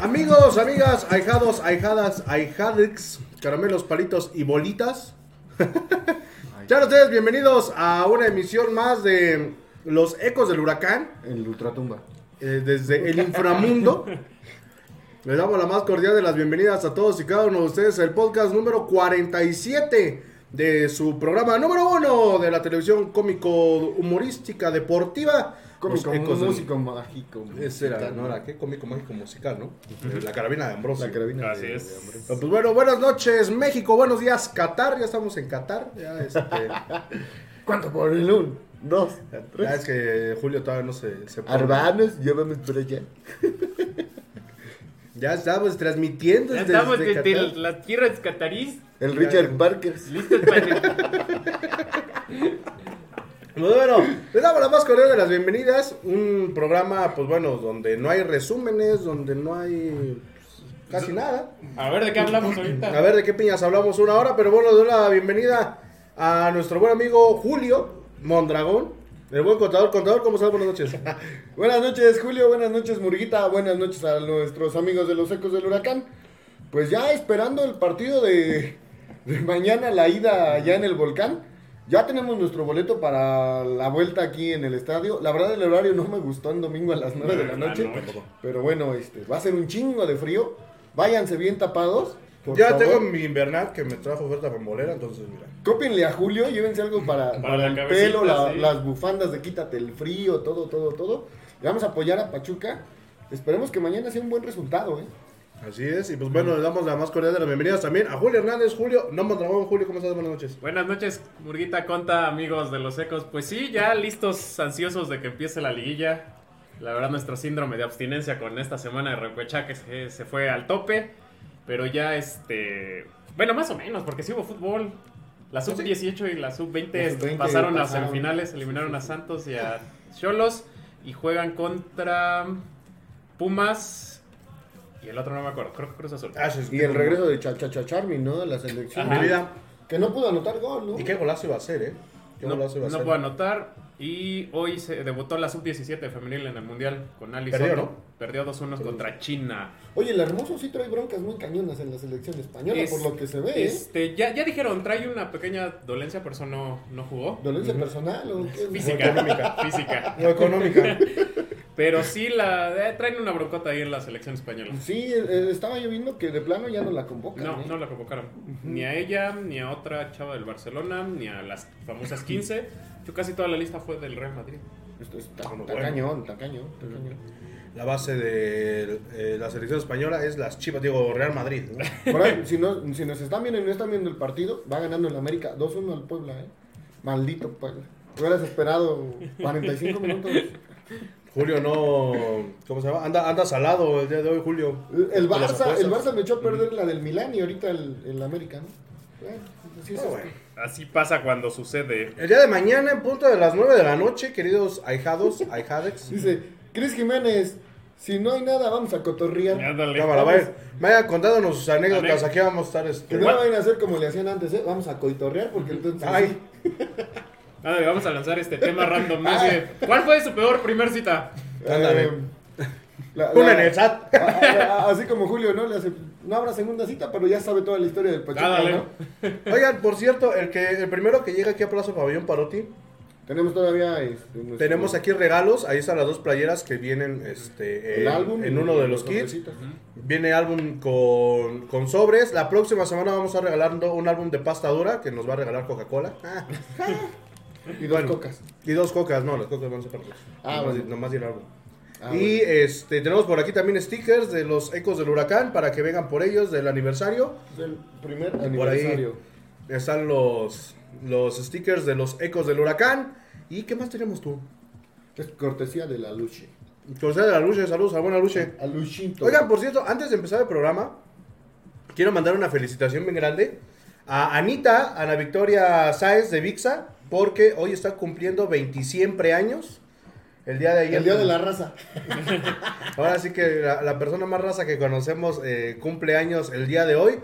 Amigos, amigas, ahijados, ahijadas, ahijadex, caramelos, palitos y bolitas. Sean ustedes bienvenidos a una emisión más de Los Ecos del Huracán, El Ultratumba. eh, desde el inframundo. Les damos la más cordial de las bienvenidas a todos y cada uno de ustedes al podcast número 47 de su programa número uno de la televisión cómico-humorística deportiva. Los Cómico, Ecos del- músico mágico. Ese era, musical, no era, ¿qué? Cómico mágico musical, ¿no? Eh, La carabina de Ambrosio. La carabina. Así de- es. de hambre. Pero, Pues bueno, buenas noches México, buenos días Qatar, ya estamos en Qatar. Ya, este, ya ¿Cuánto por el un? Dos. Tres. es que Julio todavía no se, se pone. Arbanes, llévame por allá. Ya estamos transmitiendo Ya desde, estamos desde desde Qatar. las tierras catarís, El Ya, Richard ya. Parker. listos para... Pues bueno, les damos la más cordial de las bienvenidas. Un programa, pues bueno, donde no hay resúmenes, donde no hay pues, casi nada. A ver, ¿de qué hablamos ahorita? A ver de qué piñas hablamos una hora, pero bueno, le doy la bienvenida a nuestro buen amigo Julio Mondragón, el buen contador. Contador, ¿cómo estás? Buenas noches. Buenas noches, Julio. Buenas noches, Murguita. Buenas noches a nuestros amigos de los Ecos del Huracán. Pues ya esperando el partido de, de mañana, la ida allá en el volcán. Ya tenemos nuestro boleto para la vuelta aquí en el estadio. La verdad, el horario no me gustó en domingo a las 9 de la noche. Ah, no, tampoco. Pero bueno, este va a ser un chingo de frío. Váyanse bien tapados. por ya favor. tengo mi invernal que me trajo oferta pambolera, entonces mira. Cópenle a Julio, llévense algo para, Para para la el cabecita, pelo, la- sí. las bufandas de quítate el frío, todo, todo, todo. Le vamos a apoyar a Pachuca. Esperemos que mañana sea un buen resultado, ¿eh? Así es, y pues bueno, le damos la más cordial de las bienvenidas también a Julio Hernández. Julio, no Mondragón, Julio, ¿cómo estás? Buenas noches. Buenas noches, Murguita Conta, amigos de Los Ecos. Pues sí, ya listos, ansiosos de que empiece la liguilla. La verdad, nuestro síndrome de abstinencia con esta semana de Recocha que se, se fue al tope. Pero ya, este... Bueno, más o menos, porque sí hubo fútbol. La sub-18 y la La sub-20 sub-20 pasaron a pasaron. semifinales, eliminaron a Santos y a Cholos. Y juegan contra Pumas y el otro no me acuerdo, creo que Cruz Azul. Y el regreso de Chachacha Charmin, ¿no? De la selección. Ajá. Mi vida. Que no pudo anotar gol, ¿no? ¿Y qué golazo iba a ser, eh? ¿Qué No, golazo iba a no ser? puedo anotar. Y hoy se debutó la sub-17 femenil en el mundial con Ali Perdió, Soto. ¿no? Perdió 2-1 contra China. Oye, el hermoso sí trae broncas muy cañonas en la selección española, Es- por lo que se ve, ¿eh? Este, ya, ya dijeron, trae una pequeña dolencia, por eso no, no jugó. Dolencia personal o qué? Física, económica, física. No, económica. Pero sí, la, eh, traen una broncota ahí en la selección española. Sí, eh, estaba yo viendo que de plano ya no la convocan. No, ¿eh? no la convocaron. Ni a ella, ni a otra chava del Barcelona, ni a las famosas 15. Yo casi toda la lista fue del Real Madrid. Esto está, Ah, no, está bueno. cañón, está cañón, está cañón. La base de eh, la selección española es las chivas, digo, Real Madrid. ¿no? Por ahí, si, no, si nos están viendo y no están viendo el partido, va ganando el América 2-1 al Puebla, ¿eh? Maldito Puebla. Hubieras esperado 45 minutos. Julio no. ¿Cómo se llama? Anda, anda salado el día de hoy, Julio. El Con las Barça, el apuestas. Barça me echó a perder la del Milán y ahorita el, el América, ¿no? Bueno, pues así es Ah, esto. bueno. Así pasa cuando sucede. El día de mañana, en punto de las 9 de la noche, queridos ahijados, ahijadex. Dice, Cris Jiménez, si no hay nada, vamos a cotorrear. Ándale. Cámara, vayan, vayan contándonos sus anécdotas. Anécdotas. Aquí vamos a estar. Que Este, no lo vayan a hacer como le hacían antes, ¿eh? Vamos a coitorrear porque entonces... Ay. Ah, vamos a lanzar este tema random. ¿no? Así de, ¿Cuál fue su peor primer cita? Ándale. Eh, la- Una en la- el SAT. a- a- a- Así como Julio, ¿no? Le hace, no habrá segunda cita, pero ya sabe toda la historia del Pachuca, Ándale. ¿no? Oigan, por cierto, el que el primero que llega aquí a Plaza Pabellón Parotti, Tenemos todavía. este, nuestro- tenemos aquí regalos, ahí están las dos playeras que vienen este el en, álbum. en y uno de los kits. sobrecitos. Viene álbum con, con sobres. La próxima semana vamos a regalando un álbum de pasta dura que nos va a regalar Coca-Cola. Ah, Y dos Bueno. cocas. y dos cocas, no, las cocas van a ser para todos. Ah, nomás, bueno. nomás di el álbum. Ah, y bueno. este tenemos por aquí también stickers de los ecos del huracán para que vengan por ellos del aniversario. Es el primer Por ahí aniversario. están los, los stickers de los ecos del huracán. ¿Y qué más tenemos tú? Es cortesía de la Luche. Corsario de la Luche, saludos a buena Luche. A Luchito. Oigan, por cierto, antes de empezar el programa, quiero mandar una felicitación bien grande a Anita, a la Victoria Sáez de VIXA, porque hoy está cumpliendo 20 siempre años. El día de ayer. el día de la raza. Ahora sí que la, la persona más raza que conocemos eh, cumple años el día de hoy.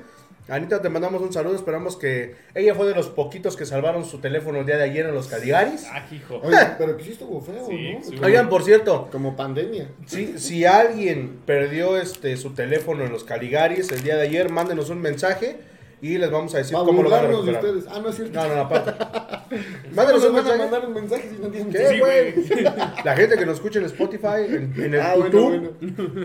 Anita, te mandamos un saludo. Esperamos que. Ella fue de los poquitos que salvaron su teléfono el día de ayer en los Caligaris. Ah, hijo. Oye, pero que sí estuvo feo, Sí, ¿no? sí, güey. Oigan, por cierto, Como pandemia. si, si alguien perdió este su teléfono en los Caligaris el día de ayer, mándenos un mensaje y les vamos a decir Para cómo lo van a burlarnos de recuperar. ustedes. Ah, no es cierto. No, no, no, aparte. Mándenos mándenos se un van a mensaje. mandar un mensaje si no tienen ¿Qué, Sí, güey? güey. La gente que nos escucha en Spotify, en, en el Ah, bueno, YouTube. bueno.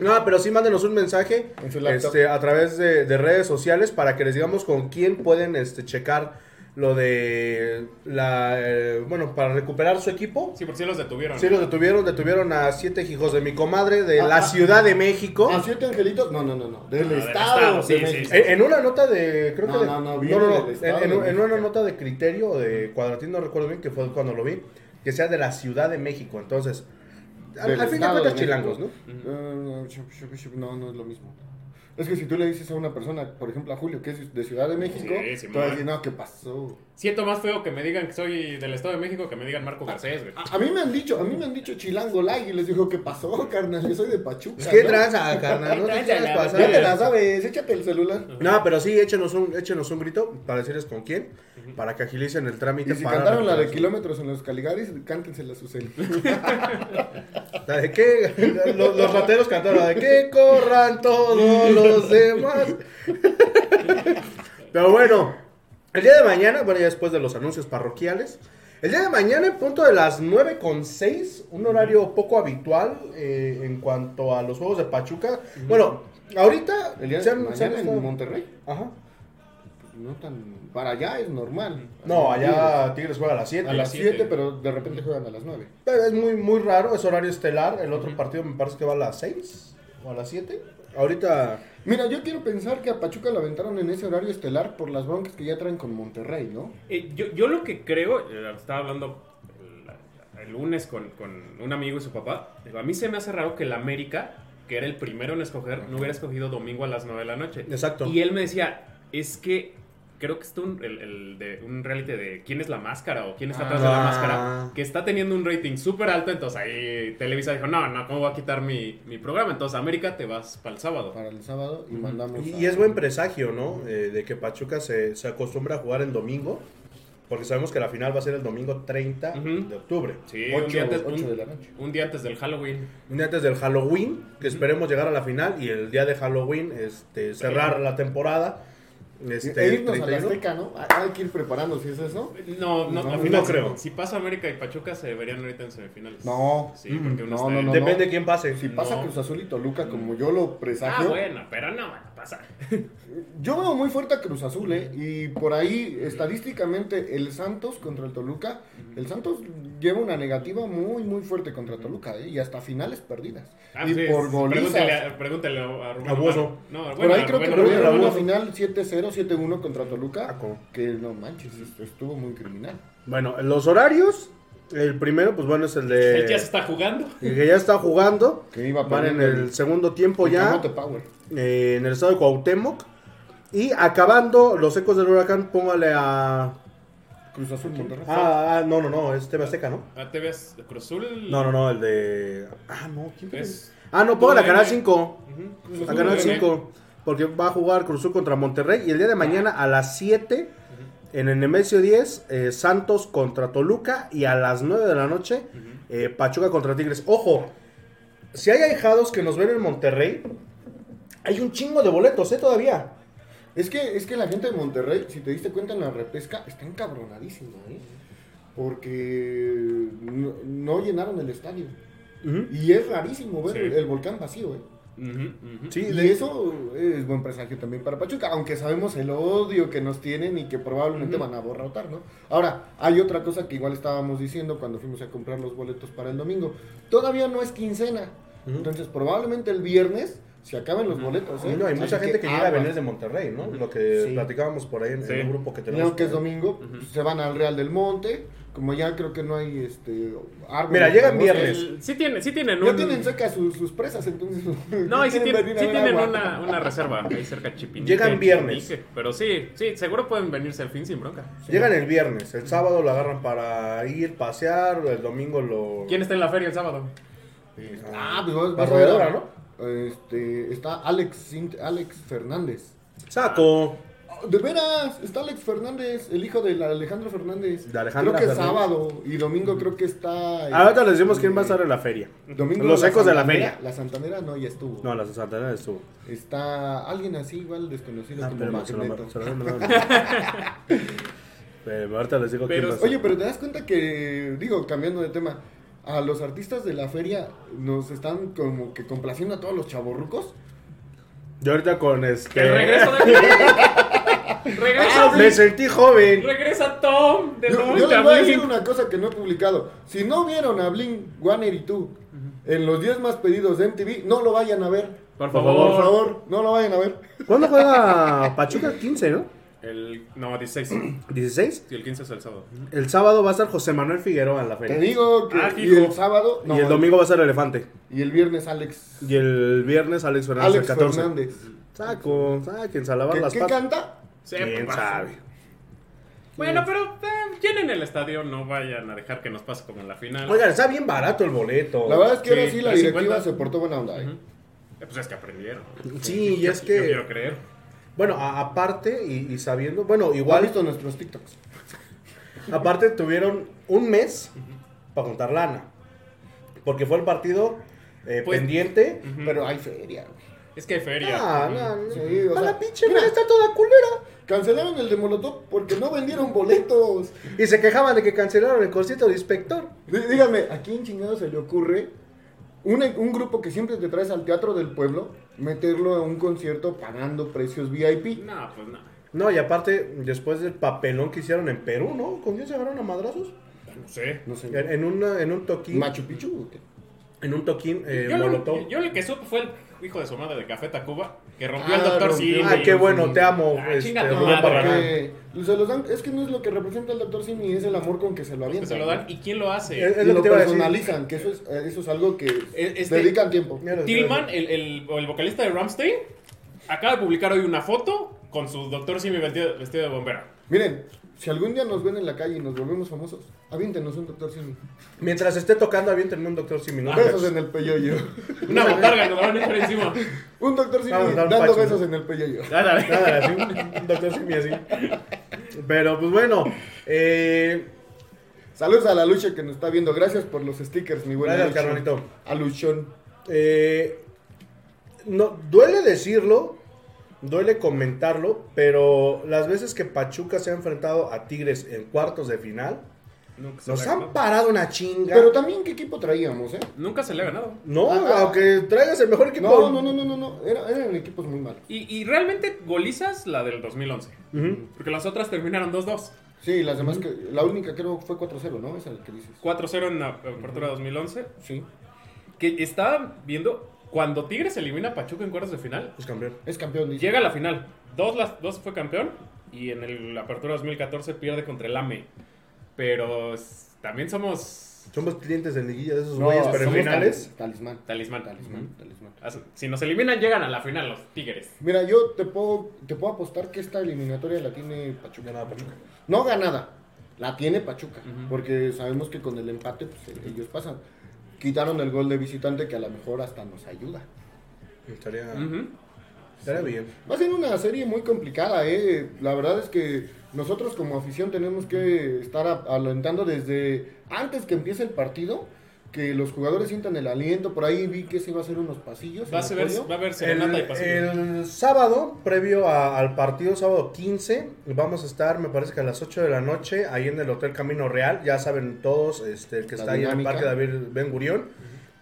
No, pero sí mándenos un mensaje En su laptop. este, a través de, de redes sociales para que les digamos con quién pueden este, checar lo de la eh, bueno para recuperar su equipo. Sí, por si los detuvieron. Sí, los detuvieron, detuvieron a siete hijos de mi comadre de Ah, la ah. Ciudad de México. ¿A siete angelitos? No, no, no, no. Del Ah, del Estado. estado, sí, de sí, México. sí. Eh, En, en una nota de. Creo No, que de- no, no, viene del en- Estado en, de un- en una México. nota de criterio o de cuadratín, no recuerdo bien que fue cuando lo vi, que sea de la Ciudad de México. Entonces, al, Del al fin de Estado cuentas, de chilangos, ¿no? México. Eh, shup, shup, shup, No, no es lo mismo. Es que si tú le dices a una persona, por ejemplo a Julio, que es de Ciudad de México, Sí, sí, te va a man. decir, no, ¿qué pasó? Siento más feo que me digan que soy del Estado de México que me digan Marco Garcés, güey. A, a mí me han dicho, a mí me han dicho Chilango Lag y les digo, ¿qué pasó, carnal? Yo soy de Pachuca. ¿Qué ¿no? tranza, carnal? No te Tranza, quieras la pasar. Ya te eh. la sabes, échate el celular. No, pero sí, échenos un, échenos un grito para decirles con quién, para que agilicen el trámite. Y si para cantaron la de recuperar kilómetros en los Caligaris, cántensela a su cel. su- ¿La de qué? Los, los rateros cantaron la de que corran todos los demás. Pero bueno, el día de mañana, bueno, ya después de los anuncios parroquiales, el día de mañana en punto de las 9.6, un horario poco habitual eh, en cuanto a los juegos de Pachuca. Bueno, ahorita... El día se de han- se han mañana estado- en Monterrey, Ajá. pues, no tan... Para allá es normal. No, allá Tigres juega a las 7. A las siete. 7, pero de repente juegan a las 9. Pero es muy, muy raro, es horario estelar. El otro partido me parece que va a las 6 o a las 7. Ahorita. Mira, yo quiero pensar que a Pachuca la aventaron en ese horario estelar por las broncas que ya traen con Monterrey, ¿no? Eh, yo, yo lo que creo, eh, estaba hablando el, el lunes con, con un amigo y su papá, digo, a mí se me hace raro que el América, que era el primero en escoger, no hubiera escogido domingo a las 9 de la noche. Exacto. Y él me decía, es que creo que está un, el, el de, un reality de quién es la máscara o quién está atrás de la Ah. máscara, que está teniendo un rating súper alto, entonces ahí Televisa dijo, no, no, ¿cómo voy a quitar mi, mi programa? Entonces América te vas para el sábado. Para el sábado y mandamos. Y, a- y es buen presagio, ¿no? Eh, de que Pachuca se, se acostumbra a jugar en domingo. Porque sabemos que la final va a ser el domingo 30 Ujú. de octubre. Sí, Ocho- un, día antes, ocho un- de la noche. un día antes del Halloween. Un día antes del Halloween, que esperemos llegar a la final. Y el día de Halloween, este, cerrar la temporada. Este, E irnos a la 31. Azteca, ¿no? Ah, Hay que ir preparando, si es eso. No, no, No, al final no creo. Si pasa América y Pachuca, se deberían ahorita en semifinales. No. Mm, Sí, porque uno No, está no, ahí. no. Depende de quién pase. Si pasa No. Cruz Azul y Toluca, como yo lo Ah, presagio. bueno, pero no van a pasar. Yo veo muy fuerte a Cruz Azul, ¿eh? Y por ahí, estadísticamente, el Santos contra el Toluca. El Santos lleva una negativa muy, muy fuerte contra Toluca, ¿eh? Y hasta finales perdidas. Ah, y sí, por pregúntale, golizas. a- pregúntale a Rubén. A Bozo. Romano. No, Por bueno, ahí a creo que Rubén tuvieron Romero, una ¿no? final 7-0, 7-1 contra Toluca. Ah, ¿cómo? Que no manches, est- estuvo muy criminal. Bueno, los horarios. El primero, pues bueno, es el eh, de. Él ya se está jugando. El que ya está jugando. Que iba Van en perdiendo el el- segundo tiempo El ya. Camote Power. eh, en el estado de Cuauhtémoc. Y acabando, los ecos del huracán, póngale a. Cruz Azul Monterrey. Ah, ah, no, no, no, es TV Azteca, ¿no? Ah, te ves Cruz Azul. No, no, no, el de. Ah, no, ¿quién Es- Ah, no, póngale a UDN. Canal 5. Ujú. A Azul, Canal UDN. 5. Porque va a jugar Cruz Azul contra Monterrey. Y el día de mañana a las 7. En el Nemesio 10, eh, Santos contra Toluca. Y a las 9 de la noche, eh, Pachuca contra Tigres. Ojo, si hay ahijados que nos ven en Monterrey, hay un chingo de boletos, ¿eh? Todavía. Es que, es que la gente de Monterrey, si te diste cuenta en la repesca, está encabronadísima, ¿eh? Porque no, no llenaron el estadio. Y es rarísimo ver Sí. el, el volcán vacío, ¿eh? Ujú, ujú. Sí, y de- eso es buen presagio también para Pachuca, aunque sabemos el odio que nos tienen y que probablemente van a borrotar, ¿no? Ahora, hay otra cosa que igual estábamos diciendo cuando fuimos a comprar los boletos para el domingo. Todavía no es quincena. Entonces, probablemente el viernes se acaben los boletos, ¿eh? no, hay mucha Así gente que, llega a aguas. venir de Monterrey, ¿no? Lo que Sí. platicábamos por ahí en, Sí. en el grupo que Y tenemos. aunque es domingo, pues, se van al Real del Monte. Como ya creo que no hay este árboles Mira, llegan famosos. viernes. El- sí, tienen, sí tienen Ya un- tienen cerca sus, sus presas, entonces. No, y sí, quieren venir tienen- a sí ver tienen agua. una, una reserva ahí cerca de Chipinque. Llegan viernes. Chipinque. Pero sí, sí, seguro pueden venirse al fin sin bronca. Llegan el viernes, el sábado lo agarran para ir, pasear, el domingo lo... ¿Quién está en la feria el sábado? Ah, pues vas, La vas a ver. roedora, Este, está Alex, Sint- Alex Fernández. Oh, Saco. De veras, está Alex Fernández, el hijo de la Alejandro Fernández. De Alejandra creo que es Fernández. Ah, sábado y domingo creo que está. eh, Ahorita les decimos quién va a eh, estar en la feria. Domingo Los ecos de la Santanera- feria. La Santanera no, ya estuvo. No, la Santanera estuvo. Está alguien así, igual desconocido Ah, como pero se lo Magneto. ma- se lo mandaron. Pero ahorita les digo Pero- quién va a ser. Oye, pero te das cuenta que, digo, cambiando de tema, a los artistas de la feria nos están como que complaciendo a todos los chavorrucos. Yo ahorita con este. El regreso de Regresa Me Blitz. sentí joven. Regresa Tom de Yo, Tom yo les voy a decir Chablin. una cosa que no he publicado. Si no vieron a Blink, Warner y tú en los 10 más pedidos de MTV, no lo vayan a ver. Por Por favor. favor, no lo vayan a ver. ¿Cuándo juega Pachuca? 15, ¿no? El, no, 16. 16. Y el 15 es el sábado. El sábado va a estar José Manuel Figueroa en la Te feria. digo que Ah, y hijo. el sábado no, y el domingo va a ser Elefante. y el viernes Alex Y el viernes Alex Fernández Alex el 14. Fernández. Saco, saquen, a lavar ¿Qué, las qué patas. canta? Se ¿Quién pasa. sabe? Bueno, pero eh, llenen el estadio, no vayan a dejar que nos pase como en la final. Oigan, está bien barato el boleto. La verdad es que Sí, ahora sí la 3.50. directiva se portó buena onda. ¿eh? Ujú. Eh, Pues es que aprendieron. Sí, y es Yo- que- Yo quiero creer. Bueno, a- aparte y, y sabiendo, bueno, Igual igual, visto nuestros TikToks. aparte tuvieron un mes para juntar lana. Porque fue el partido eh, Pues- pendiente. Pero hay feria. güey. Es que hay feria. Ah, Ujú. no, no. Sí, o a sea, la pinche mira. madre está toda culera. Cancelaron el de Molotov porque no vendieron boletos. Y se quejaban de que cancelaron el concierto de inspector. Dí- Dígame, ¿a quién chingado se le ocurre un, un grupo que siempre te traes al teatro del pueblo meterlo a un concierto pagando precios VIP? No, pues no. No, y aparte, después del papelón que hicieron en Perú, ¿no? ¿Con quién se agarraron a madrazos? No sé. No sé. En, en una- en un toquín. Machu Picchu. ¿o qué? En un toquín eh, yo, lo, molotov. yo el que supe fue el hijo de su madre de Café Tacuba que rompió Ah, al doctor rompió. Simi. ah, qué bueno, te amo. Ah, este, chinga tu Rubén madre. Barragán. Porque pues, se los dan, es que no es lo que representa el doctor Simi, es el amor con que se lo avientan. Que se lo dan. ¿Y quién lo hace? Eh, Y Es lo lo, que te iba a decir. personalizan, que eso es, eh, eso es algo que este- dedican tiempo. Mira lo que te iba a Tillman, el, el- o el vocalista de Ramstein, acaba de publicar hoy una foto con su doctor Simi vestido, vestido de bombero. Miren, si algún día nos ven en la calle y nos volvemos famosos, aviéntenos un doctor Simi. decir. Mientras esté tocando, avienten un doctor Simi. ¿no? Besos en el peyoyo. Una botarga, nos la van a echar encima. Un doctor Simi Vamos, dar un dando pacho. besos en el peyoyo. Nada, a ver. Nada, así, un doctor Simi así. Pero pues bueno, eh, Saludos a la lucha que nos está viendo. Gracias por los stickers, mi buen Gracias, Aluchón. carnalito. Aluchón. eh, no, duele decirlo, duele comentarlo, pero las veces que Pachuca se ha enfrentado a Tigres en cuartos de final, Nunca se nos le ha han ganado. parado una chinga. Pero también, ¿qué equipo traíamos, eh? Nunca se le ha ganado. no, Ajá. aunque traigas el mejor equipo. No, no, no, no, no. no. Era- eran equipos muy malos. Y, y realmente golizas la del 2011. Ujú. Porque las otras terminaron 2-2. Sí, las demás, que, la única creo fue 4-0, ¿no? Esa que dices. 4-0 en la apertura 2011. Sí. Que estaba viendo cuando Tigres elimina a Pachuca en cuartos de final. Pues campeón. Es campeón. dice. Llega a la final. Dos, las, dos fue campeón. Y en el- la apertura 2014 pierde contra el AME. Pero s- también somos. Somos clientes de liguilla de esos No, güeyes, pero en somos finales. tal- Talismán. Talismán. Talismán, talismán. As- Si nos eliminan, llegan a la final los Tigres. Mira, yo te puedo, te puedo apostar que esta eliminatoria la tiene Pachuca. Ganada Pachuca. No ganada, la tiene Pachuca. Porque sabemos que con el empate pues, eh, ellos pasan. Quitaron el gol de visitante que a lo mejor hasta nos ayuda. Estaría, Ujú. estaría bien. Va a ser una serie muy complicada, ¿eh? La verdad es que nosotros como afición tenemos que estar a- alentando desde antes que empiece el partido, que los jugadores sientan el aliento. Por ahí vi que se iba a hacer unos pasillos. en Va a, el ser- podio. va a haber serenata y El, pasillo. el sábado, previo a- al partido, sábado 15, vamos a estar, me parece que a las 8 de la noche, ahí en el Hotel Camino Real. Ya saben todos, este, el que La está ahí en el Parque dinámica. David Ben Gurión.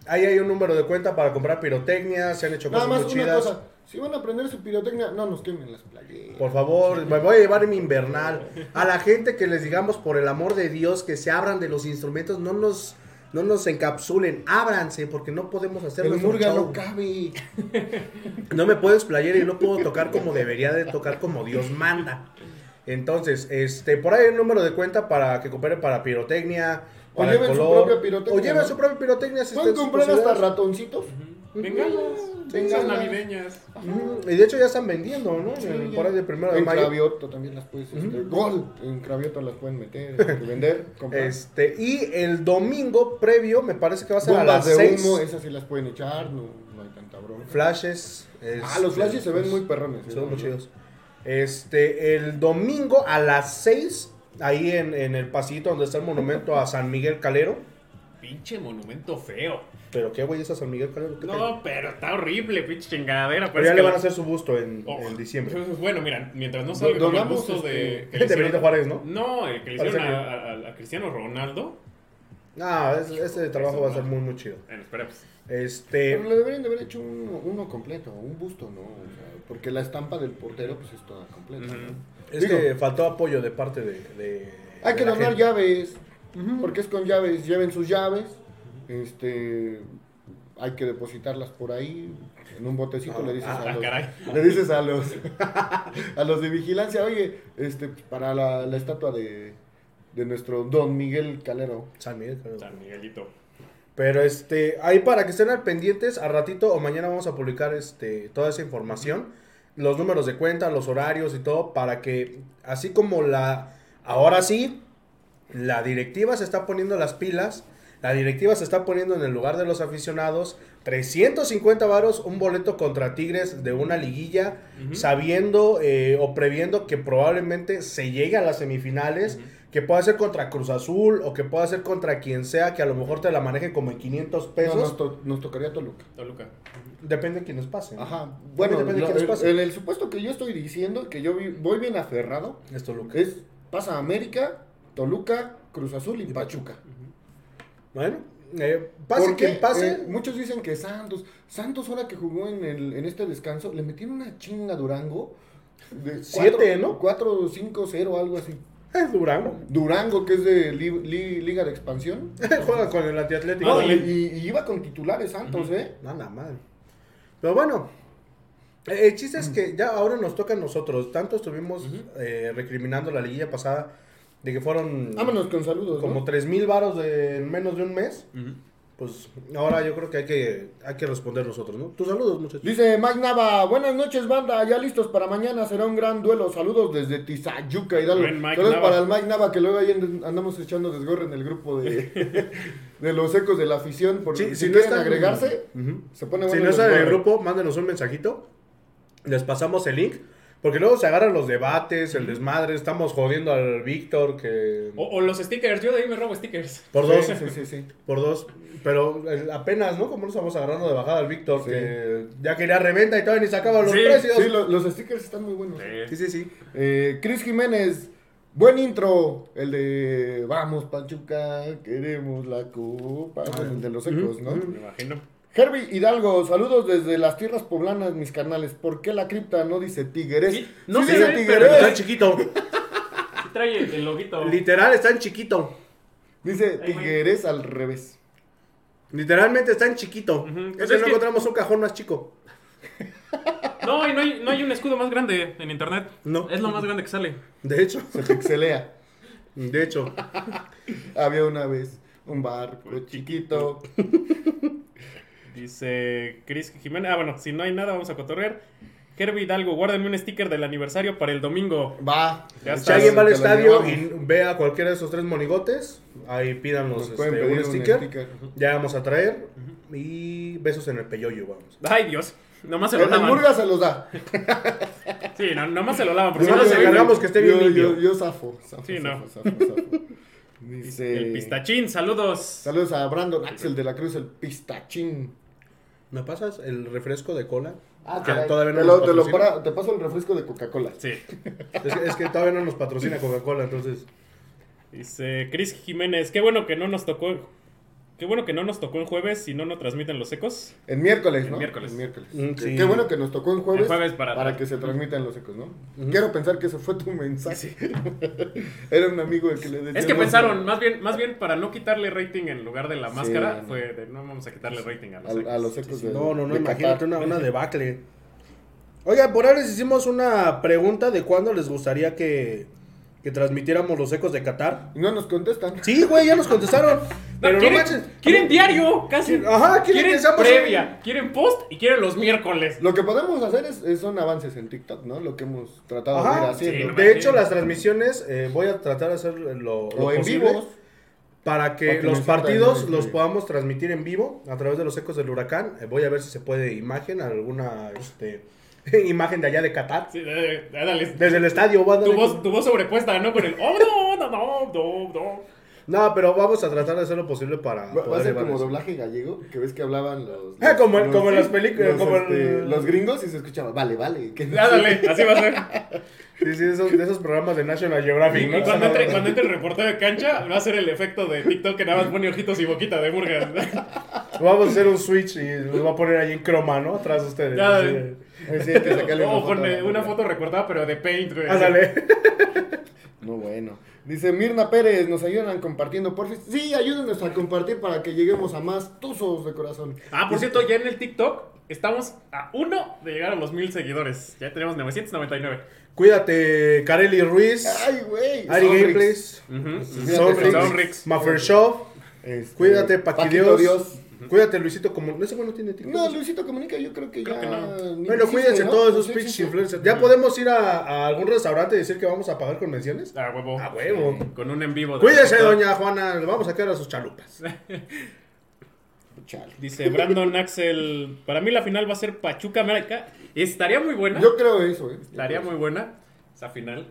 Ahí hay un número de cuenta para comprar pirotecnia, se han hecho Nada cosas más muy una chidas. cosa, si van a prender su pirotecnia, no nos quemen las playeras. Por favor, me voy a llevar mi invernal. A la gente que les digamos, por el amor de Dios, que se abran de los instrumentos, no nos, no nos encapsulen, ábranse, porque no podemos hacer El nuestro murga show. no cabe. No me puedo explayar y no puedo tocar como debería de tocar como Dios manda. Entonces, este, por ahí el número de cuenta para que coopere para pirotecnia, O para lleven el su color, propia pirotecnia, O lleven ¿no? su propia pirotecnia. si Pueden están sus comprar hasta posibilidades. ratoncitos. Bengalas. Bengalas. Bengalas navideñas. Mm, Y de hecho ya están vendiendo, ¿no? En el- Sí, Eh, por ahí de primero de en mayo. Cravioto también las puedes. este, Gol. En Cravioto las pueden meter, este, vender, comprar. Este, y el domingo previo, me parece que va a ser a Bombas las de 6. humo, esas sí las pueden echar. No, no hay tanto cabrón. Flashes. este, pues, es- Ah, los flashes se ven muy perrones. ¿eh? Son muy chidos. Este, el domingo a las 6, ahí en, en el pasito donde está el monumento a San Miguel Calero. Pinche monumento feo. Pero qué güey es a San Miguel Calero. ¿Qué pedo? No, pero está horrible, pinche chingadera. Pero ya parece que le la- van a hacer su busto en, Oh. en diciembre. Bueno, mira, mientras no salga con el donamos, gusto de... este, que le de hicieron- Benito Juárez, ¿no? No, el que le Parece hicieron a, a- a Cristiano Ronaldo. Ah, es- ese trabajo va a ser muy, muy chido. Bueno, espera, pues. Pero Este, le deberían de haber hecho uno, uno completo, un busto, ¿no? O sea, porque la estampa del portero, pues es toda completa. ¿no? Ujú. es Digo, que este, faltó apoyo de parte de. de- Hay de que la donar gente. llaves, porque es con llaves, lleven sus llaves, este, hay que depositarlas por ahí, en un botecito Ah, le dices ah, a los, caray. le dices a los, a los de vigilancia, oye, este, para la, la estatua de, de nuestro Don Miguel Calero. San Miguel Calero. San Miguelito. Pero este, ahí para que estén al pendientes, a ratito o mañana vamos a publicar este, toda esa información, los números de cuenta, los horarios y todo, para que, así como la, ahora sí, la directiva se está poniendo las pilas, la directiva se está poniendo en el lugar de los aficionados, 350 varos, un boleto contra Tigres de una liguilla, Ujú. sabiendo eh, o previendo que probablemente se llegue a las semifinales, que pueda ser contra Cruz Azul o que pueda ser contra quien sea, que a lo mejor te la maneje como en 500 No, pesos, nos, to- nos tocaría Toluca. Toluca. depende de quienes pasen. Ajá, bueno, depende de lo- quiénes el- pasen. en el supuesto que yo estoy diciendo, que yo vi- voy bien aferrado, Esto Luca. es, pasa América, Toluca, Cruz Azul y Pachuca. Bueno, eh, pase Porque, quien pase. eh, muchos dicen que Santos, Santos ahora que jugó en, el, en este descanso, le metieron una chinga a Durango. De Siete, cuatro- ¿no? 4, 5, 0, algo así. es eh, Durango. Durango, que es de li- li- Liga de Expansión. Juega con el antiatlético. Ah, y, y- y iba con titulares Santos, ¿eh? Nada mal. Pero bueno, eh, el chiste es que ya ahora nos toca a nosotros. Tanto estuvimos eh, recriminando la liguilla pasada de que fueron Vámonos con saludos. como ¿no? 3 mil varos de- en menos de un mes. Ujú. Pues ahora yo creo que hay que, hay que responder nosotros, ¿no? Tus saludos, muchachos. Dice Mike Nava, buenas noches banda, ya listos para mañana, será un gran duelo. Saludos desde Tizayuca, Hidalgo. Buen Mike Saludos Nava. para el Mike Nava, que luego ahí and- andamos echando desgorre en el grupo de, de los ecos de la afición. Por, Sí, si si no quieren están- agregarse, Ujú. se pone bueno. Si no el están en el desgorre. grupo, mándenos un mensajito. Les pasamos el link. Porque luego se agarran los debates, el desmadre. Estamos jodiendo al Víctor que... O, o los stickers, yo de ahí me robo stickers. Por dos. Sí, sí, sí, sí. Por dos. Pero eh, apenas, ¿no? Como nos estamos agarrando de bajada al Víctor, Sí. que ya quería reventa y todavía ni sacaba los Sí, precios. Sí, lo- los stickers están muy buenos. Sí, sí, sí. Eh, Cris Jiménez, buen intro. El de Vamos Pachuca, queremos la copa. Ah, bueno, el de los ecos, ¿no? Me imagino. Herbie Hidalgo, saludos desde las tierras poblanas, mis carnales. ¿Por qué la cripta no dice tigres? Sí, no sé, dice pero- Pero tigres. está en chiquito. Sí trae el, el loguito. Literal, está en chiquito. Dice Ahí, güey. tigres al revés. Literalmente está en chiquito. Ujú. Es Pues que es no que- encontramos un cajón más chico. No, y no hay, no hay un escudo más grande en internet. No. Es lo más grande que sale. De hecho, Se pixelea. de hecho. Había una vez un barco chiquito. Dice Chris Jiménez. Ah, bueno, si no hay nada, vamos a cotorrear. Herbie Hidalgo, guárdenme un sticker del aniversario para el domingo. Va. Ya Si está. alguien va al Te lo estadio y llevamos. ve a cualquiera de esos tres monigotes, ahí Nos pídanos pueden este, pedir un un sticker. sticker. Ya vamos a traer. Y besos en el peyoyo, vamos. Ay, Dios. Nomás se lo El lavan. hamburga se los da. Sí, no, nomás se lo lavan. Porque Yo si no creo se que ve cargamos que esté bien yo, limpio. Yo, yo zafo. zafo, Sí, zafo, no. zafo, zafo. Dice... el pistachín. Saludos. Saludos a Brandon Axel de la Cruz, el pistachín. ¿Me pasas el refresco de cola? Ah, caray. todavía no te, nos lo, te, lo patrocina. para- te paso el refresco de Coca-Cola. Sí. Es que, es que todavía no nos patrocina Coca-Cola, entonces. Dice Chris Jiménez, qué bueno que no nos tocó. Qué bueno que no nos tocó en jueves, si no, no transmiten los secos. El miércoles, El ¿no? miércoles. Mm, Qué- sí. Qué bueno que nos tocó el jueves, El jueves para- que se transmitan los ecos, ¿no? Quiero pensar que ese fue tu mensaje. Era un amigo el que le decía. Es que "No, pensaron, no, más bien, más bien para no quitarle rating en lugar de la Sí, máscara, no. fue de no vamos a quitarle rating a los secos. A, a los ecos de No, no, no, de imagínate Qatar. una, una debacle. Oiga, por ahí les hicimos una pregunta de cuándo les gustaría que, que transmitiéramos los ecos de Qatar. Y No nos contestan. Sí, güey, ya nos contestaron. No, Pero no ¿quieren, manches. quieren diario, casi. Quieren- ajá, quieren que seamos previa, quieren post y quieren los miércoles. Lo que podemos hacer es, es- son avances en TikTok, ¿no? Lo que hemos tratado de ir Ajá, haciendo. no de manches. hecho, las transmisiones eh, voy a tratar de hacer lo, lo o en posible. vivos. para que Para los que nos sientan partidos bien, los sí. podamos transmitir en vivo a través de los ecos del huracán. Eh, Voy a ver si se puede imagen, alguna este, imagen de allá de Qatar. Sí, eh, ándale. Desde el estadio, voy a Tu darle- voz, tu voz sobrepuesta, ¿no? Con el. ¡Oh, no, no, no, no, no! No, pero vamos a tratar de hacer lo posible para Va, va a ser llevar como eso. doblaje gallego, que ves que hablaban los. Ah, como en- los- como en las películas, Los, como en- este, los gringos y se escuchaba, vale, vale. que- Ándale, así va a ser. Sí, sí, esos, de esos programas de National Geographic, ¿no? Y cuando entre, cuando entre el reportero de cancha, va a ser el efecto de TikTok que nada más pone ojitos y boquita de burger. Vamos a hacer un switch y los va a poner ahí en croma, ¿no? Atrás de ustedes. Ya, Así. eh. Ahí sí, hay que sacarle O con a eh, la una novia. foto recortada, pero de paint, güey. Ándale. No, bueno. Dice Mirna Pérez, nos ayudan compartiendo, por fin. Sí, ayúdenos a compartir para que lleguemos a más tuzos de corazón. Ah, por cierto, ya en el TikTok estamos a uno de llegar a los mil seguidores. Ya tenemos 999. Cuídate, Kareli Ruiz, Ay, güey. Ari Sonrix. Gameplays, Ujú. Cuídate, Sonrix, Sonrix. Maffershow, Este, cuídate, Paqui Paquito Dios. Dios. Cuídate, Luisito Comunica. No, ese güey no tiene TikTok. No, Luisito Comunica, yo creo que Creo ya. que no. ni bueno, existe, cuídense ¿no? todos esos Sí, sí, pinches sí. influencers. ¿Ya podemos ir a, a algún restaurante y decir que vamos a pagar con menciones? A huevo. A huevo. Con un en vivo. de Cuídese, TikTok. doña Juana. Le vamos a sacar a sus chalupas. Chale. Dice Brandon Axel, para mí la final va a ser Pachuca América. Estaría muy buena. Yo creo eso, ¿eh? Yo Estaría creo muy buena esa final eso.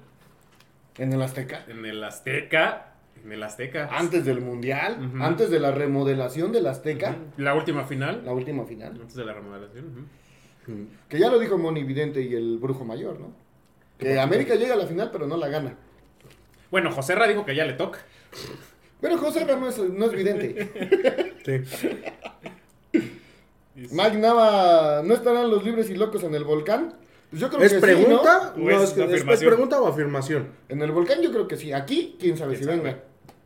En el Azteca. en el Azteca, en el Azteca. Ah, Antes del Mundial, Ujú. antes de la remodelación del Azteca, La última final. la última final. Antes de la remodelación. ujú. Que ya lo dijo Moni Vidente y el Brujo Mayor, ¿no? Que América llega a la final, pero no la gana. Bueno, José Ra dijo que ya le toca. Pero José Ra no es, no es vidente. Sí. Mike Nava, ¿no estarán los libres y locos en el volcán? Pues yo creo ¿Es que sí, pregunta? ¿no? No, ¿O es es, que- una es- es afirmación? pregunta o afirmación. ¿no? En el volcán yo creo que sí. Aquí, quién sabe ¿Quién si sabe? venga.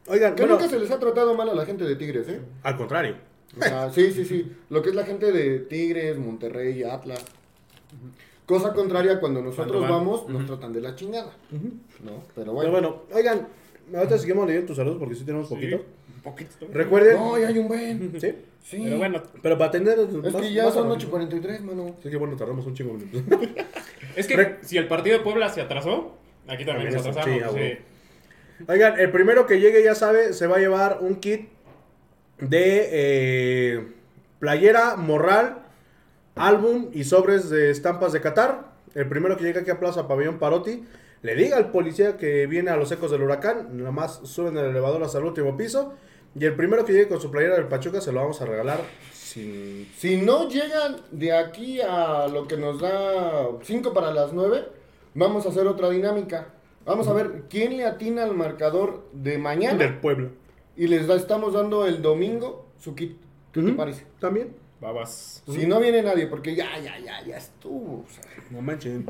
Oigan, Que bueno, nunca se les ha tratado mal a la gente de Tigres, ¿eh? al contrario. O sea, sí, sí, sí. Lo que es la gente de Tigres, Monterrey, Atlas. Cosa contraria cuando nosotros Cuando van. vamos, nos tratan de la chingada. ¿No? Pero Pero bueno. bueno, oigan, ahorita seguimos leyendo tus saludos porque sí tenemos poquito. Sí, un poquito. Recuerden. No, ya hay un buen. Sí. Sí. Pero bueno, Pero para atender. Es que ya son 8.43, mano. Sí, que bueno, tardamos un chingo. es que Re- si el partido de Puebla se atrasó, aquí también También nos es un atrasamos. sí, a sí. huevo. Oigan, el primero que llegue, ya sabe, se va a llevar un kit de eh, playera, morral, álbum y sobres de estampas de Qatar. El primero que llegue aquí a Plaza Pabellón Parotti, le diga al policía que viene a los ecos del huracán, nada más suben el elevador hasta el último piso. Y el primero que llegue con su playera del Pachuca se lo vamos a regalar sin... Si no llegan de aquí a lo que nos da 5 para las 9, vamos a hacer otra dinámica. Vamos a ver quién le atina al marcador de del mañana pueblo. y les da, estamos dando el domingo su kit. ¿Qué te Ujú. parece? También. Babas. Si no viene nadie, porque ya, ya, ya, ya estuvo. o sea. No manchen.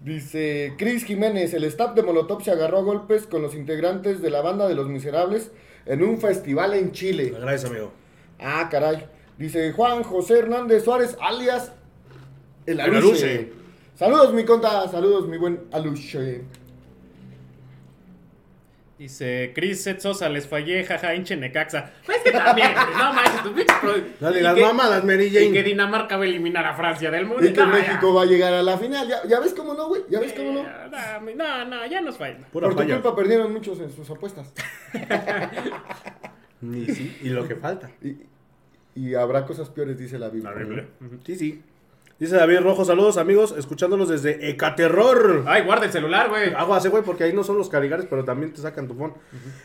Dice Cris Jiménez, el staff de Molotov se agarró a golpes con los integrantes de la banda de los miserables en un festival en Chile. Gracias, amigo. Ah, caray. Dice Juan José Hernández Suárez, alias El El Aluche. Aluche. Saludos, mi conta. Saludos, mi buen Aluche. Dice Chris Seth Sosa, les fallé, jaja, hinche Necaxa. Pues que también, güey, no manches, tu pinche pro- No y digas que- mamadas, Mary Y que Jane. Dinamarca va a eliminar a Francia del mundo. Y que No, ya. México va a llegar a la final. ¿Ya, ya ves cómo no, güey? ¿Ya ves cómo no? Eh, No, no, ya nos falla. Pura Por tu falla. culpa perdieron muchos en sus apuestas. Ni sí, y lo que falta. Y, y habrá cosas peores, dice la Biblia. Sí, sí. Dice David Rojo, saludos amigos, escuchándolos desde Ah. Ecaterror. Ay, guarda el celular, güey. Agua hace, güey, porque ahí no son los caligares, pero también te sacan tu phone.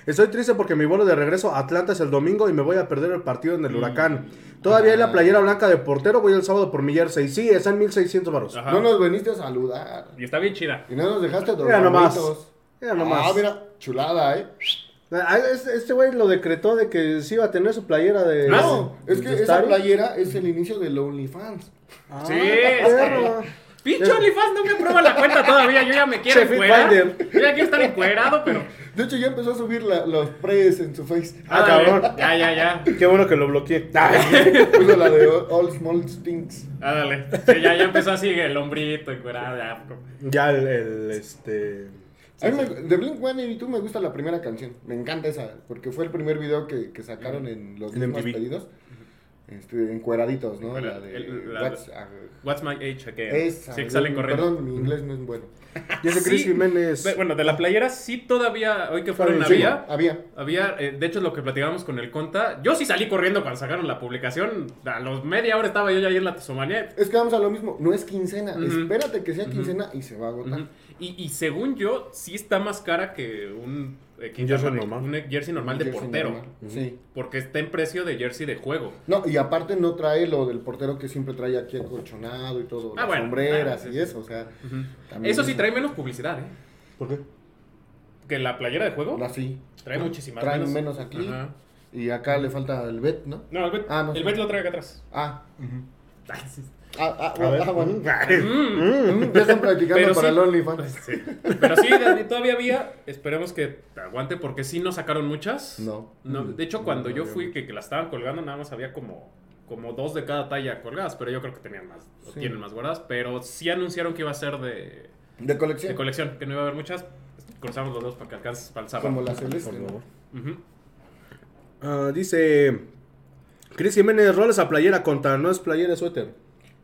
Estoy triste porque mi vuelo de regreso a Atlanta es el domingo y me voy a perder el partido Mm. en el huracán. Todavía hay la Ah. playera blanca de portero, voy el sábado por mi jersey. Sí, están 1600 varos. Ajá. No nos veniste a saludar. Y está bien chida. Y no nos dejaste dormidos. Mira nomás. Mira nomás. Ah, mira, chulada, ¿eh? Ah, Este este güey lo decretó de que sí iba a tener su playera de... Ah, No, es que de esa estadio. playera es el inicio del OnlyFans. Ah, Sí, perro. Pinche OnlyFans no me aprueba la cuenta todavía. Yo ya me quiero Che, Fit encuerar. Finder. Yo ya quiero estar encuerado, pero. De hecho, ya empezó a subir la- los preyes en su face. Ah, Ándale. cabrón. Ya, ya, ya. Qué bueno que lo bloqueé. Puso la de All- All Small Things. Ándale. Sí, ya, ya empezó así el hombrito encuerado. Ya. Ya el, el, este. A mí me- de Blink One y tú me gusta la primera canción. Me encanta esa, porque fue el primer video que, que sacaron en los En mismos MTV. pedidos. Este, encueraditos, ¿no? Encuera- La de el- la- What's- ah, What's my age again? esa, sí, que salen corriendo. Perdón, mi inglés no es bueno. Y ese Cris Sí, Jiménez. pe- Bueno, de la playera sí todavía, hoy que Está fueron, bien, sí, había. Había. Había, eh, de hecho, lo que platicábamos con el Conta. Yo sí salí corriendo cuando sacaron la publicación. A los media hora estaba yo ya ahí en la Tesomanía. Es que vamos a lo mismo. No es quincena. Ujú. Espérate que sea quincena y se va a agotar. Ujú. Y, y según yo, sí está más cara que un, eh, que Un jersey de- normal. un jersey normal de Jersey portero. normal. Sí. Porque está en precio de jersey de juego. No, y aparte no trae lo del portero que siempre trae aquí acolchonado y todo, Ah, las bueno, sombreras claro, sí, y sí. eso, o sea, también Eso sí es- trae menos publicidad, ¿eh? ¿Por qué? Que la playera de juego la sí. trae muchísima trae menos aquí. Ajá. Y acá le falta el bet, ¿no? No, el Bet, Ah, no, el sí. Bet lo trae acá atrás. Ah, Ay, sí. ah, ah, A ver. ah, bueno. Mm. Mm, ya están practicando Pero para sí. Pues, el OnlyFans. Sí. Pero sí, Dani, todavía había. Esperemos que aguante porque sí no sacaron muchas. No. de hecho, cuando No, yo no, fui, que, que las estaban colgando, nada más había como, como dos de cada talla colgadas. Pero yo creo que tenían más. o Sí. Tienen más guardadas. Pero sí anunciaron que iba a ser de, De de colección. colección, que no iba a haber muchas. Cruzamos los dos para que alcances para el sábado. Como la celeste. Por ¿no? favor. Ujú. Ah, dice. Cris Jiménez, rola esa playera contra. No es playera, es suéter.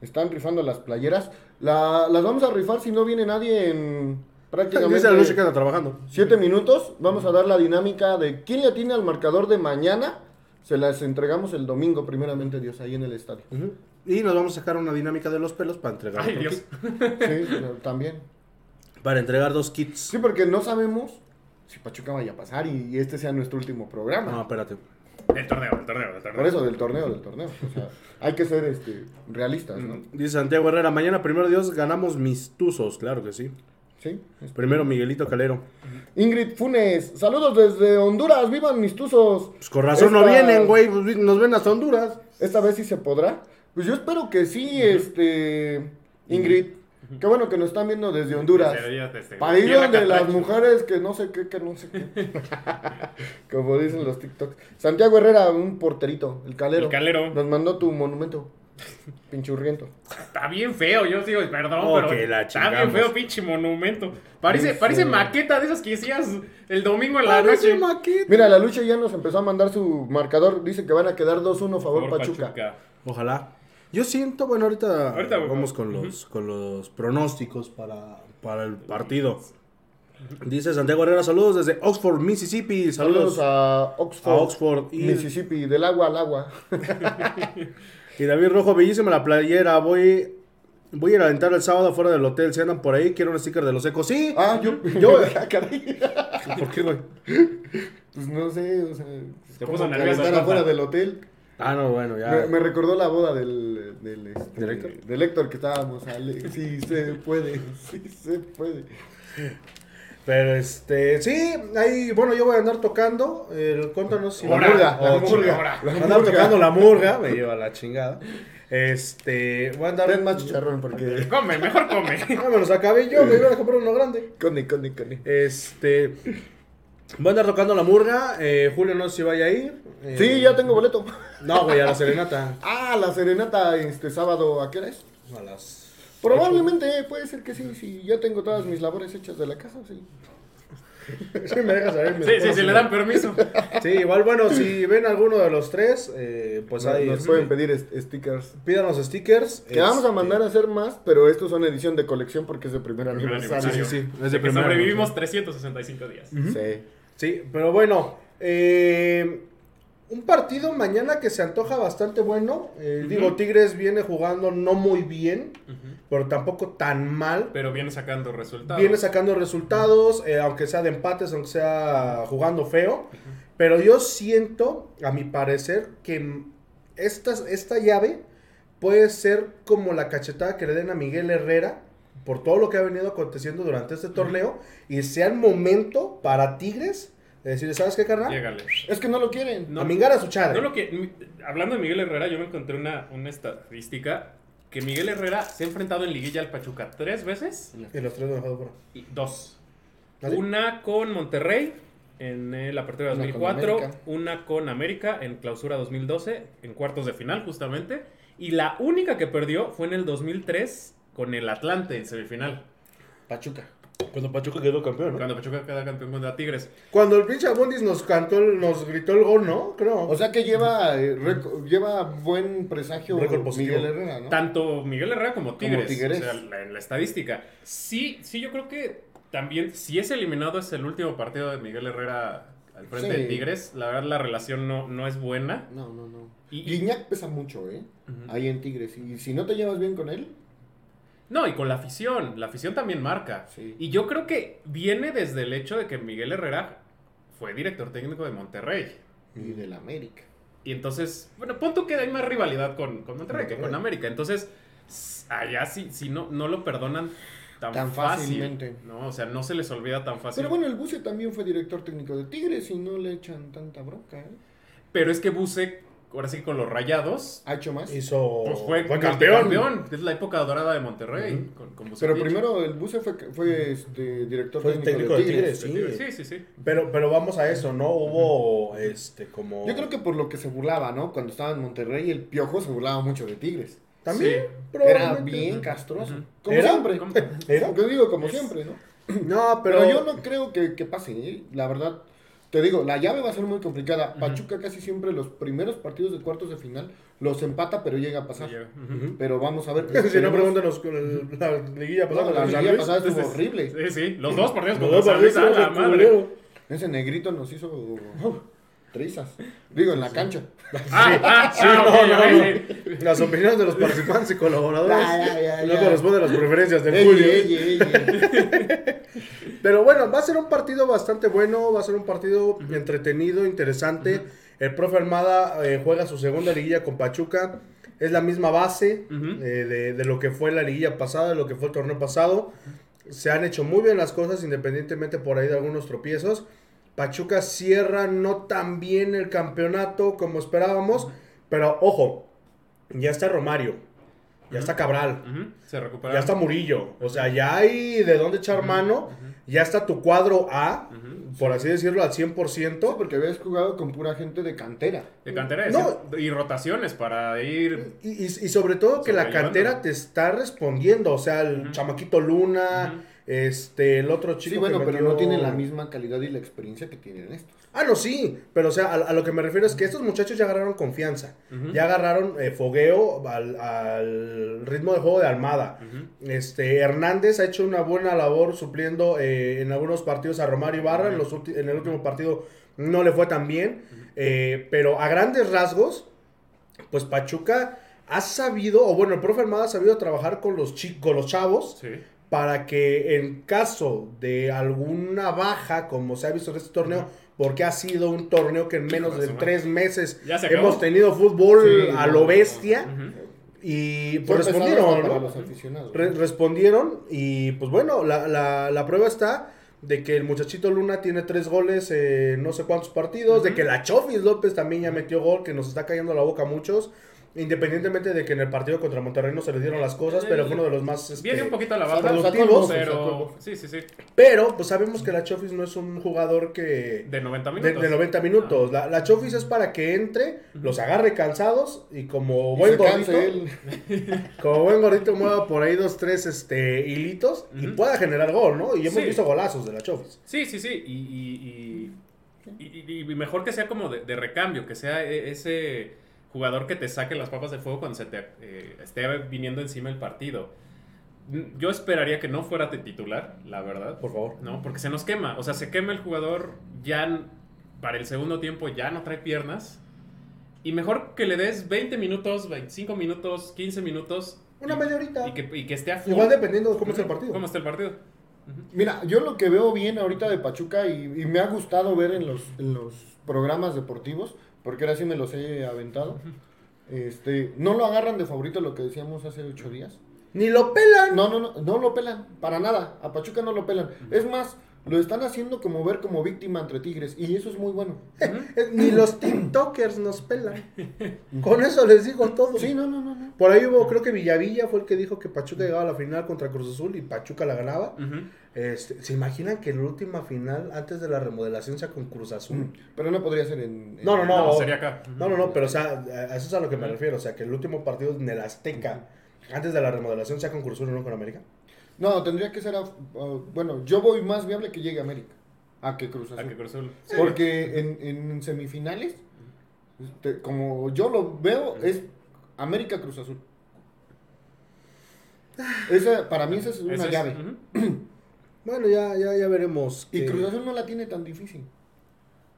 Están rifando las playeras. La- las vamos a rifar si no viene nadie en prácticamente Dice la noche que anda trabajando. siete minutos. Vamos a dar la dinámica de quién le atina al marcador de mañana. Se las entregamos el domingo, primeramente Dios, ahí en el estadio. Ujú. Y nos vamos a sacar una dinámica de los pelos para entregar. Ay, otro Dios. kit. Sí, pero también. Para entregar dos kits. Sí, porque no sabemos si Pachuca vaya a pasar y, y este sea nuestro último programa. No, Ah, espérate. El torneo, el torneo, el torneo. Por eso, del torneo, del torneo. O sea, hay que ser este, realistas, ¿no? Dice Santiago Herrera, mañana primero Dios ganamos mis tuzos, claro que sí. Sí. es- Primero Miguelito Calero. Ingrid Funes, saludos desde Honduras, vivan mis tuzos. Pues con razón no Esta- vienen, güey, pues, vi- nos ven hasta Honduras. ¿Esta vez sí se podrá? Pues yo espero que sí, este, Ingrid. Qué bueno que nos están viendo desde Honduras. Desde allá, desde- País Tierra donde las Catracha. mujeres que no sé qué, que no sé qué. Como dicen los TikToks. Santiago Herrera, un porterito, el calero. El Calero. Nos mandó tu monumento. Pinchurriento. Está bien feo, yo digo, perdón, Oh, que pero la está bien chingamos. feo, pinche monumento. Parece, Sí, parece sí. maqueta de esas que hacías el domingo en la noche. Mira, la lucha ya nos empezó a mandar su marcador. Dice que van a quedar 2-1 favor Por Pachuca. Ojalá. Yo siento, bueno, ahorita, Ahorita, güey. vamos con los, con los pronósticos para, para el partido. Dice Santiago Herrera, saludos desde Oxford, Mississippi. Saludos, Saludos a Oxford. a Oxford y- Mississippi, del agua al agua. Y David Rojo, bellísima la playera. Voy, voy a ir a aventar el sábado fuera del hotel. Si andan por ahí, quiero un sticker de los ecos. Sí, Ah, yo. Yo- eh. Ah, caray. ¿por qué, güey? Pues no sé, o sea. Te como puso que nervioso, estar afuera compa. del hotel. Ah, no, bueno, ya. Me, me recordó la boda del. del, este, ¿Del Héctor? del Héctor que estábamos. Ale. Sí, se puede. Sí, se puede. Pero este, sí, ahí, bueno, yo voy a andar tocando. El, contanos si La Ahora, murga, murga. la Oh, murga. ahora. la Voy a andar murga. tocando la murga, me lleva la chingada. Este, voy a andar. Ten más chicharrón porque. Come, mejor come. No, Ah, me los acabé yo, me iba a comprar uno grande. Cone, cone, cone. Este, voy a andar tocando la murga. eh, Julio no sé si vaya a ir. eh, Sí, ya tengo boleto. No, güey, a la serenata. Ah, la serenata este sábado, ¿a qué hora es? A las. Probablemente, puede ser que sí, sí, ya tengo todas mis labores hechas de la casa, sí. Sí, me dejas saber. mi Sí, sí, esposa, si le ¿no? dan permiso. Sí, igual, bueno, si ven alguno de los tres, eh, pues Nos- ahí Nos pueden pedir est- stickers. pídanos stickers. Que vamos a este, mandar a hacer más, pero estos son edición de colección porque es de primer Primer aniversario. aniversario. sí, sí, es de De que primera sobrevivimos 365 días. Sí. Sí, pero bueno, eh, un partido mañana que se antoja bastante bueno. eh, Digo, Tigres viene jugando no muy bien, pero tampoco tan mal. Pero viene sacando resultados. Viene sacando resultados, eh, aunque sea de empates, aunque sea jugando feo. Pero yo siento, a mi parecer, que esta, esta llave puede ser como la cachetada que le den a Miguel Herrera por todo lo que ha venido aconteciendo durante este torneo y sea el momento para Tigres de decir, ¿sabes qué, carnal? Llégale. Es que no lo quieren. A mingar a su chave. No lo que, mi- hablando de Miguel Herrera, yo me encontré una, una estadística que Miguel Herrera se ha enfrentado en liguilla al Pachuca tres veces Y los tres lo han dejado fuera. y dos. ¿Vale? Una con Monterrey en eh, la apertura de Una con 2004, una América. con, América en clausura 2012, en cuartos de final justamente, y la única que perdió fue en el 2003 con el Atlante en semifinal, Pachuca. Cuando Pachuca quedó campeón, cuando Pachuca queda campeón contra Tigres. Cuando el pinche Abundis nos cantó, el- nos gritó el gol, ¿no? Creo. O sea que lleva, eh, récord- lleva buen presagio Récord positivo. Miguel Herrera, ¿no? Tanto Miguel Herrera como Tigres, Ah. Tigres. o sea, la- en la estadística. Sí, sí, yo creo que también, si es eliminado, es el último partido de Miguel Herrera al frente Sí. de Tigres. La verdad, la relación no, no es buena. No, no, no. Y- Guiñac pesa mucho, ¿eh? Ujú. Ahí en Tigres. Y si no te llevas bien con él, No, y con la afición. La afición también marca. Sí. Y yo creo que viene desde el hecho de que Miguel Herrera fue director técnico de Monterrey. y del América. Y entonces, bueno, pon tú que hay más rivalidad con, con Monterrey que con Monterrey. América. Entonces, s- allá sí, sí no, no lo perdonan tan, Tan fácil. fácilmente. No, o sea, no se les olvida tan fácil. Pero bueno, el Buce también fue director técnico de Tigres y no le echan tanta bronca, ¿eh? Pero es que Busek, ahora sí con los rayados, Ha hecho más. Hizo. Oh, pues fue, campeón. Es la época dorada de Monterrey. con, con Pero Bucetich. primero el Buce fue, fue este, director Fue técnico, técnico de de Tigres. Tigres. sí. Sí, sí, sí. Pero, pero vamos a eso, ¿no? Hubo este como. Yo creo que por lo que se burlaba, ¿no? Cuando estaba en Monterrey, el Piojo se burlaba mucho de Tigres. También, Sí. Era probablemente. bien castroso. Ujú. Como ¿Era? siempre. ¿Cómo? ¿Era? Yo digo como Es- siempre, ¿no? No, Pero, yo no creo que, que pase, ¿eh? la verdad. Te digo, la llave va a ser muy complicada. Pachuca casi siempre los primeros partidos de cuartos de final los empata, pero llega a pasar. Ujú. Pero vamos a ver. si no, Esperemos- pregúntanos con el- la liguilla No, pasada con la el San liguilla Luis. pasada estuvo Entonces, horrible. Sí, sí. Los dos partidos Los contra dos San Luis, partidos, a la el madre. culero. Ese negrito nos hizo trizas. Digo, en la cancha. Ah, ah, Sí, ah, no, ok, no, ok, no. sí. Las opiniones de los participantes y colaboradores Ya, ya, ya, no ya. corresponden a las preferencias del Ey, Julio. ey, ey, ey. Pero bueno, va a ser un partido bastante bueno, va a ser un partido entretenido, interesante. El profe Armada eh, juega su segunda liguilla con Pachuca. Es la misma base Ujú. eh, de, de lo que fue la liguilla pasada, de lo que fue el torneo pasado. Se han hecho muy bien las cosas, independientemente por ahí de algunos tropiezos. Pachuca cierra no tan bien el campeonato como esperábamos. Pero ojo, ya está Romario, ya está Cabral, Ujú, Se recupera. ya está Murillo. O sea, ya hay de dónde echar mano. Ya está tu cuadro A, Ujú. por así decirlo, al No, 100%. porque habías jugado con pura gente de cantera. De cantera. No. sí, Y rotaciones para ir. Y, y- y sobre todo que la Sobrellevando. cantera te está respondiendo. O sea, el Ujú. chamaquito Luna, Ujú. este, el otro chico. Sí, bueno, que pero metió- no tienen la misma calidad y la experiencia que tienen estos. Ah, no, sí. Pero, o sea, a, a lo que me refiero es que estos muchachos ya agarraron confianza. Ujú. Ya agarraron eh, fogueo al, al ritmo de juego de Almada. Ujú. Este, Hernández ha hecho una buena labor supliendo eh, en algunos partidos a Romario Ibarra. En, los ulti- en el último partido no le fue tan bien. Eh, pero a grandes rasgos, pues Pachuca ha sabido, o bueno, el profe Armada ha sabido trabajar con los, chi- con los chavos Sí. para que en caso de alguna baja, como se ha visto en este torneo, porque ha sido un torneo que en menos Hijo de de su madre. tres meses Ya se acabó. hemos tenido fútbol Sí, a no, lo no, bestia Ujú. y Fue pues, pesado respondieron, hasta ¿no? Para los aficionados. Re- respondieron y pues bueno, la, la- la prueba está de que el muchachito Luna tiene tres goles en no sé cuántos partidos, de que la Chofis López también ya metió gol, que nos está cayendo la boca a muchos. Independientemente de que en el partido contra Monterrey no se les dieron las cosas, pero fue uno de los más... este, Viene un poquito a la Sacó- baja. sacó el productivos, bofe, sacó el Pero. bofe. Sí, sí, sí. Pero pues sabemos que la Chofis no es un jugador que... De 90 De, minutos. Ah. de 90 minutos. La, la Chofis es para que entre, los agarre cansados y como Y se buen gordito, cansa él. como buen gordito mueva por ahí dos, tres este, hilitos y Ujú. pueda generar gol, ¿no? Y hemos Sí. visto golazos de la Chofis. Sí, sí, sí. Y, y- y- y- y- y mejor que sea como de, de recambio, que sea e- ese jugador que te saque las papas de fuego cuando se te eh, esté viniendo encima el partido. N- Yo esperaría que no fuera de titular, la verdad. Por favor. ¿no? Porque se nos quema. O sea, se quema el jugador ya n- para el segundo tiempo, ya no trae piernas. Y mejor que le des 20 minutos, 25 minutos, 15 minutos. Una y- media horita. Y que, y que esté a full. Igual dependiendo de cómo es el partido. ¿Cómo está el partido? Mira, yo lo que veo bien ahorita de Pachuca y, y me ha gustado ver en los, en los programas deportivos, porque ahora sí me los he aventado. Este, no lo agarran de favorito lo que decíamos hace ocho días. Ni lo pelan. No, no, no, no lo pelan, para nada. A Pachuca no lo pelan. Es más, lo están haciendo como ver como víctima entre Tigres y eso es muy bueno. Eh, Ni los TikTokers nos pelan. Con eso les digo todo. Sí, no, no, no, no. Por ahí hubo, creo que Villavilla fue el que dijo que Pachuca llegaba a la final contra Cruz Azul y Pachuca la ganaba. Ujú. Este, ¿Se imaginan que la última final antes de la remodelación sea con Cruz Azul? Pero no podría ser en... en- No, no, no. No, sería acá. Ujú. No, no, no, pero o sea, a a eso es a lo que me refiero. O sea, que el último partido en el Azteca antes de la remodelación sea con Cruz Azul y no con América. No, tendría que ser... a- uh, bueno, yo voy más viable que llegue a América, a que Cruz A Azul. que Cruz Azul- Sí. Porque en, en semifinales, este, como yo lo veo, es América Cruz Azul. Esa, para mí esa es una Ese es- llave. ujú. Bueno, ya, ya, ya veremos. Y qué- Cruz Azul no la tiene tan difícil.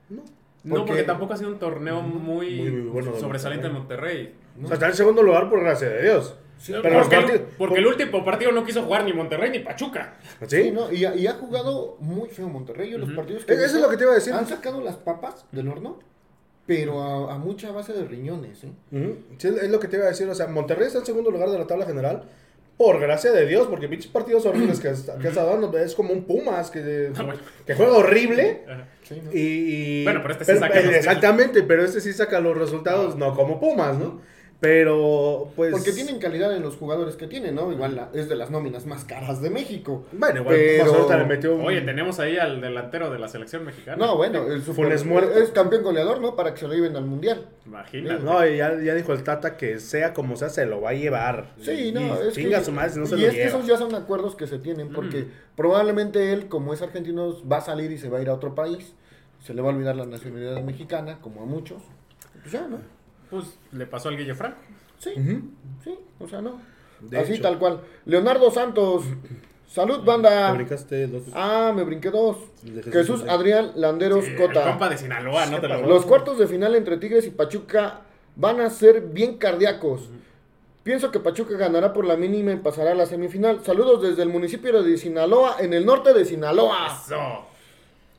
No. No, porque Porque- tampoco ha sido un torneo muy, Muy, muy bueno de sobresaliente en Monterrey. O sea, está en segundo lugar por gracia de Dios. pero los porque, el- partidos- porque el último partido no quiso jugar ni Monterrey ni Pachuca. ¿Ah, ¿Sí? Sí, no, y, ha- y ha jugado muy feo Monterrey. Yo los partidos E-, Eso es he visto, lo que te iba a decir. Han sacado las papas del horno, pero a, a mucha base de riñones. ¿eh? Ujú. Sí, es lo que te iba a decir. O sea, Monterrey está en segundo lugar de la tabla general. Por gracia de Dios, porque pinches partidos horribles que has, que has dado no, es como un Pumas que, Ah, bueno. que juega horrible. Ajá. Sí, ¿no? Y, y- Bueno, pero este sí saca los- Exactamente, pero este sí saca los resultados, no como Pumas, ¿no? Pero, pues. Porque tienen calidad en los jugadores que tienen, ¿no? Igual la- es de las nóminas más caras de México. Bueno, igual Pero- Pumas ahorita le metió un- Oye, tenemos ahí al delantero de la selección mexicana. No, bueno, el super- Funes muerto. es campeón goleador, ¿no? Para que se lo lleven al mundial. Imagínate. No, y ya, ya dijo el Tata que sea como sea, se lo va a llevar. Sí, Y no, es Chinga que, su madre si no se y lo es que lleva. Mm. esos ya son acuerdos que se tienen, porque probablemente él, como es argentino, va a salir y se va a ir a otro país. Se le va a olvidar la nacionalidad mexicana, como a muchos. Pues ya, ¿no? Pues le pasó al Guille Franco. Sí, Ujú. sí, o sea, no. De Así hecho. tal cual. Leonardo Santos, salud, banda. Te brincaste dos. Ah, me brinqué dos. De Jesús, Jesús sí. Adrián Landeros Eh, el Cota. compa de Sinaloa, no te lo Los cuartos de final entre Tigres y Pachuca van a ser bien cardíacos. Pienso que Pachuca ganará por la mínima y pasará a la semifinal. Saludos desde el municipio de Sinaloa, en el norte de Sinaloa. Eso.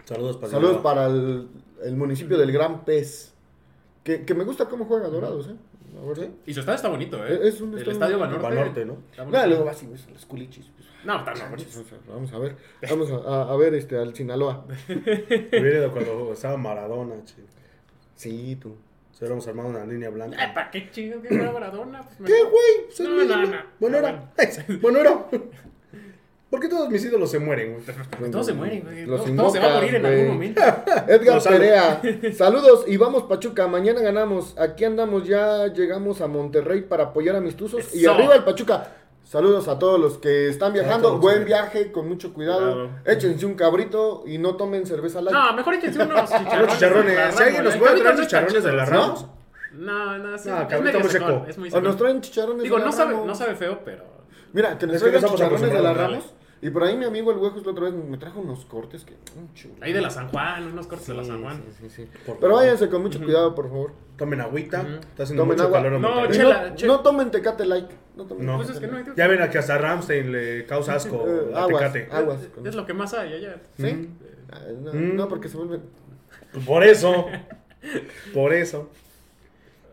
Saludos para Saludos para el, el municipio del Gran Pez. Que, que me gusta cómo juega Dorados, ¿eh? La verdad. Y su estadio está bonito, ¿eh? Es un el estadio estadio bonito. Banorte. Banorte, ¿no? Está bonito. Nada, luego vas y ves los culichis. pues. No, está no, pues, O sea, Vamos a ver, vamos a, a- a ver este al Sinaloa. Hubiera ido cuando estaba Maradona, chico. Sí, tú. Si hubiéramos armado una línea Ay, blanca. ¿Para eh, qué chingo que fuera Maradona? Pues, ¿Qué, mejor. güey? Soy No, mi no, ídolo. no. Bueno, No, era. Bueno, era. ¿Por qué todos mis ídolos se mueren, güey? Porque todos pues, se mueren, güey. Los Todos, todos se van a morir en invocas, algún güey. momento. Edgar Gonzalo. Perea, saludos y vamos Pachuca, mañana ganamos, aquí andamos, ya llegamos a Monterrey para apoyar a mis tuzos y Eso. arriba el Pachuca. Saludos a todos los que están viajando, todos, buen sí. viaje, con mucho cuidado, Cuidado. échense un cabrito y no tomen cerveza light. No, mejor échense unos chicharrones. Unos chicharrones. de la Ah, Si Ramos, alguien nos el puede cabrito traer no está chicharrones de la pues, chido, Ramos. No, no, sí, No, es cabrito medio muy secón, seco. Es muy o secón. nos traen chicharrones Digo, de la no sabe, Ramos. no sabe feo, pero. Mira, que nos Es que no traigan estamos chicharrones de la acostumbrados. Ramos y por ahí mi amigo el Huejos la otra vez me trajo unos cortes que... un chulo. Ahí de la San Juan, unos cortes de la San Juan. Sí, sí, sí. Por Pero favor. váyanse con mucho cuidado, por favor. Tomen agüita. Está haciendo Tomen mucho agua. calor en No, Monterrey. Y Chela, no, che- no tomen tecate light. No tomen No. Pues es que no hay Ya ven a que hasta Ramstein le causa asco Eh, la aguas, tecate. Ah. aguas. Es lo que más hay allá. ¿Sí? Ah, No, Mm. no, porque se vuelven. Por eso. Por eso.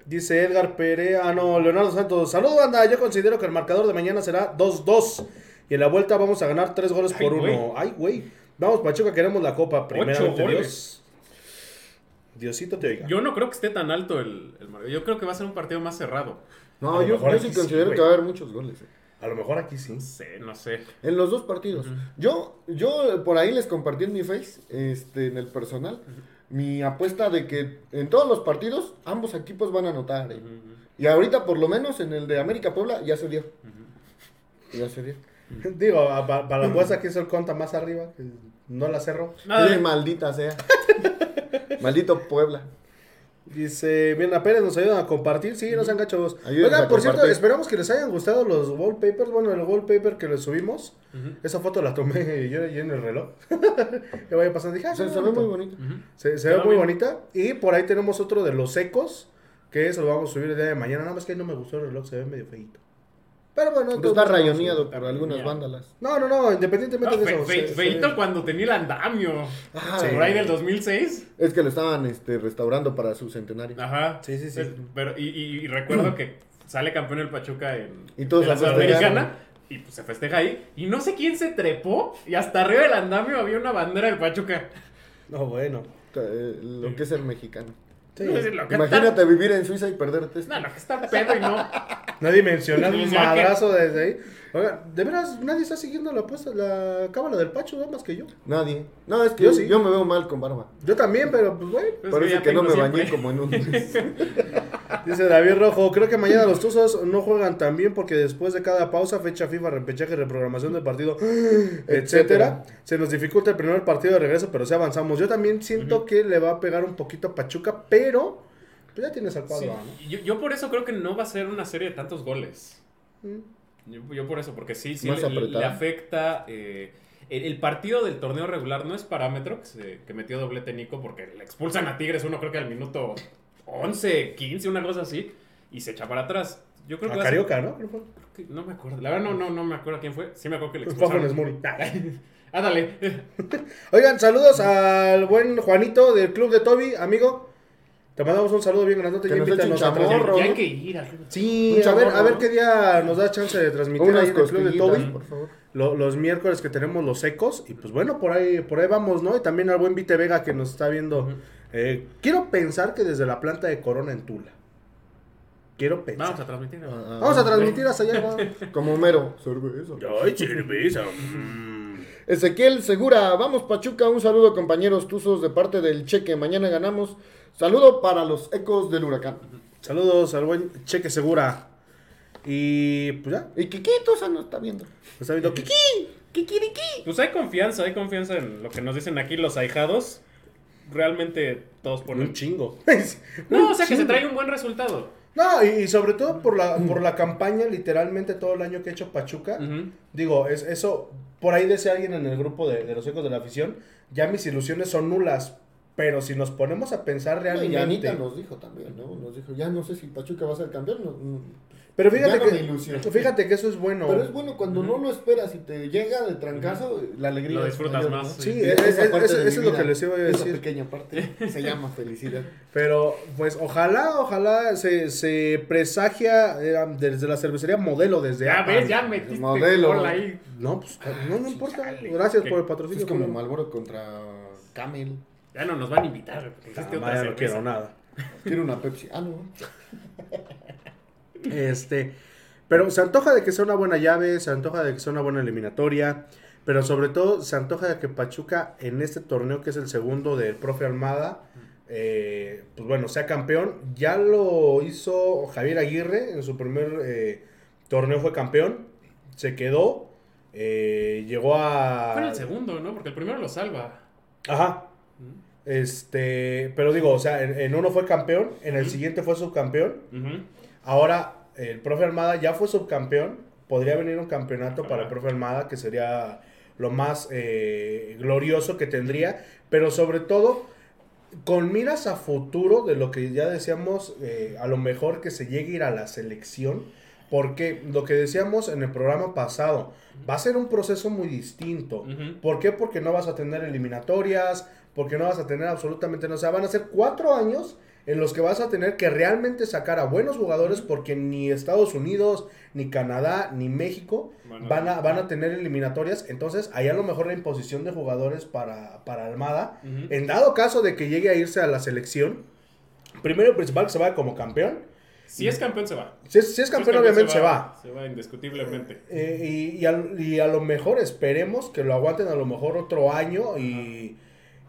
Dice Edgar Perea, ah, no, Leonardo Santos. Saludos, banda. Yo considero que el marcador de mañana será 2-2. Y en la vuelta vamos a ganar 3 goles Ay, por güey. 1. Ay, güey. Vamos, Pachuca, queremos la copa. Primeramente, goles. Dios. Diosito te oiga. Yo no creo que esté tan alto el, el Mar- Yo creo que va a ser un partido más cerrado. A No, lo yo, mejor yo aquí sí sí, considero güey. que va a haber muchos goles. eh. A lo mejor aquí sí. No sé, no sé. En los dos partidos. Yo, yo eh, por ahí les compartí en mi face, este, en el personal, mi apuesta de que en todos los partidos ambos equipos van a anotar. eh. Y ahorita, por lo menos, en el de América Puebla ya se dio. Ya se dio. Digo, a- pa- para la apuesta que hizo el conta más arriba, que no la cerró. Nada, Eh, maldita sea. Maldito Puebla. Dice, bien, apenas nos ayudan a compartir. Sí, no sean gachos. Ayúdenos Oigan, a por cierto, compartir. esperamos que les hayan gustado los wallpapers. Bueno, el wallpaper que les subimos. Esa foto la tomé yo, yo en el reloj. que vaya pasando. Dije, ah, Se, qué se ve bonito. muy bonito. ujú. Se, se ve Quedó muy bien. bonita. Y por ahí tenemos otro de los secos. Que se lo vamos a subir el día de mañana. Nada más que ahí no me gustó el reloj, se ve medio feito. Pero bueno, Pero entonces- está rayoneado por algunas rayoneado. vándalas. No, no, no, independientemente No, de eso. fe- fe- se- feíto se- Ah, cuando tenía el andamio. Ah, Sí. Por ahí del 2006. Es que lo estaban este, restaurando para su centenario. Ah. Ajá. Sí, sí, sí. Pero- Pero, y, y- y recuerdo que sale campeón el Pachuca en, Y todos en la la festejaron. Sudamericana. Y pues se festeja ahí. Y no sé quién se trepó. Y hasta arriba del andamio había una bandera del Pachuca. No, bueno. Eh, lo que es ser mexicano. Sí. No sé, lo que Imagínate vivir en Suiza y perderte esto. está- no, lo que está pedo y no. Nadie menciona un Sí, madrazo desde ahí. Oiga, de veras, nadie está siguiendo la apuesta, la cábala del Pacho, nada más que yo. Nadie. No, es que Yo yo, sí. yo me veo mal con barba. Yo también, pero pues bueno. Pues Parece ya que, no tengo me siempre. bañé como en un mes. Dice David Rojo, creo que mañana los Tuzos no juegan tan bien porque después de cada pausa, fecha FIFA, repechaje, reprogramación del partido, etcétera, se nos dificulta el primer partido de regreso, pero si avanzamos. Yo también siento que le va a pegar un poquito a Pachuca, pero pues ya tienes al Sí, cuadro, ¿no? yo, yo por eso creo que no va a ser una serie de tantos goles. Yo, yo por eso, porque sí, sí Mm. Más le, le apretada. afecta. eh, el, el partido del torneo regular no es parámetro, que, se- que metió doblete Nico porque le expulsan a Tigres uno creo que al minuto 11, 15, una cosa así, y se echa para atrás. Yo creo que... A va a ser- Carioca, ¿no? Creo que fue. que- No me acuerdo. La verdad no, no, no me acuerdo quién fue. Sí me acuerdo que le Fue a expulsaron. Funes Mori. Ándale. Oigan, saludos al buen Juanito del club de Toby, amigo. Te mandamos un saludo bien grandote. Que Ya nos invítanos eche un a chamorro. transmitir. Ya hay que ir al club. Sí, Un a ver, chamorro, a ver ¿no? qué día nos da chance de transmitir ahí Unas en el club de costillitas, Toby. por favor. Lo- los miércoles que tenemos los secos. Y pues bueno, por ahí, por ahí vamos, ¿no? Y también al buen Vite Vega que nos está viendo. Eh, quiero pensar que desde la planta de Corona en Tula. Quiero pensar. Vamos a transmitir. Ah, Vamos a transmitir hasta allá. va. Como mero, cerveza. Ay, cerveza. mm. Ezequiel Segura, vamos Pachuca, un saludo compañeros tuzos de parte del Cheque, mañana ganamos. Saludo para los ecos del huracán. Saludos al buen Cheque Segura. Y pues ya, Y Kikito se nos está viendo. nos está viendo Kiki. Kikiriki. Pues hay confianza, hay confianza en lo que nos dicen aquí los ahijados. Realmente todos Por un ponen... chingo. No, o sea que se trae un buen resultado. No, y, y sobre todo por la, por la campaña, literalmente todo el año que ha hecho Pachuca. Ujú. Digo, es, eso, por ahí decía alguien en el grupo de, de los ecos de la afición, ya mis ilusiones son nulas. Pero si nos ponemos a pensar Y Anita realmente. nos dijo también, ¿no? Nos dijo, ya no sé si Pachuca va a ser campeón. no, no. Pero fíjate Ya no me ilusiono. que. Fíjate que eso es bueno. Pero es bueno cuando no lo esperas y te llega de trancazo, la alegría. Lo es disfrutas mayor, más, ¿no? Sí, Sí, es- es- Esa es- parte eso de mi es lo vida, que les iba a esa decir. pequeña parte se llama felicidad. Pero, pues, ojalá, ojalá se, se presagia eh, desde la cervecería modelo, desde Ya APAN. ves, ya metiste modelo. gol ahí. No, pues, no, no importa. chale. Gracias Que- por el Es patrocinio. como Julio. Malboro contra Camel. Ya no nos van a invitar. porque Ah, hiciste otra vaya, no cerveza. quiero nada. Quiero una Pepsi. Ah, no. Este, pero se antoja de que sea una buena llave, se antoja de que sea una buena eliminatoria, pero sobre todo se antoja de que Pachuca en este torneo que es el segundo del profe Armada, eh, pues bueno, sea campeón. Ya lo hizo Javier Aguirre en su primer eh, torneo fue campeón, se quedó, eh, llegó a... Fue en el segundo, ¿no? Porque el primero lo salva. Ajá. ¿Mm? Este, pero digo, o sea, en, en uno fue campeón, en el siguiente fue subcampeón. Ujú. Ahora, el profe Armada ya fue subcampeón. Podría venir un campeonato para el profe Armada, que sería lo más eh, glorioso que tendría. Pero sobre todo, con miras a futuro, de lo que ya decíamos, eh, a lo mejor que se llegue a ir a la selección. Porque lo que decíamos en el programa pasado, va a ser un proceso muy distinto. Ujú. ¿Por qué? Porque no vas a tener eliminatorias, porque no vas a tener absolutamente nada. O sea, van a ser cuatro años en los que vas a tener que realmente sacar a buenos jugadores porque ni Estados Unidos, ni Canadá, ni México Van a- van a, van a tener eliminatorias. Entonces, ahí a lo mejor la imposición de jugadores para, para Almada, Ujú. en dado caso de que llegue a irse a la selección, primero y principal que se vaya como campeón. Si es campeón, se va. Si es, si es Si campeón, obviamente se va. Se va indiscutiblemente. Eh, y, y al- y a lo mejor esperemos que lo aguanten a lo mejor otro año y,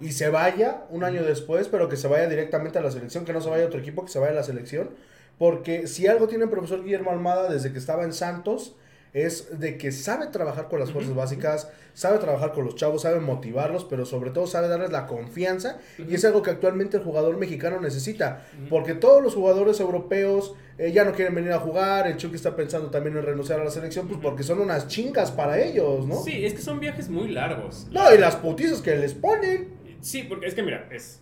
y se vaya un año después, pero que se vaya directamente a la selección, que no se vaya a otro equipo, que se vaya a la selección. Porque si algo tiene el profesor Guillermo Almada desde que estaba en Santos, es de que sabe trabajar con las fuerzas básicas, sabe trabajar con los chavos, sabe motivarlos, pero sobre todo sabe darles la confianza. Y es algo que actualmente el jugador mexicano necesita. Porque todos los jugadores europeos eh, ya no quieren venir a jugar. El Chucky está pensando también en renunciar a la selección, pues porque son unas chingas para ellos, ¿no? Sí, es que son viajes muy largos. No, y las putizas que les ponen. Sí, porque es que mira, es.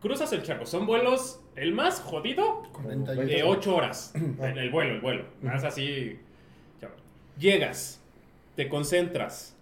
Cruzas el charco, son vuelos. El más jodido, de 8 horas. En el vuelo, el vuelo. Más así. Llegas, te concentras.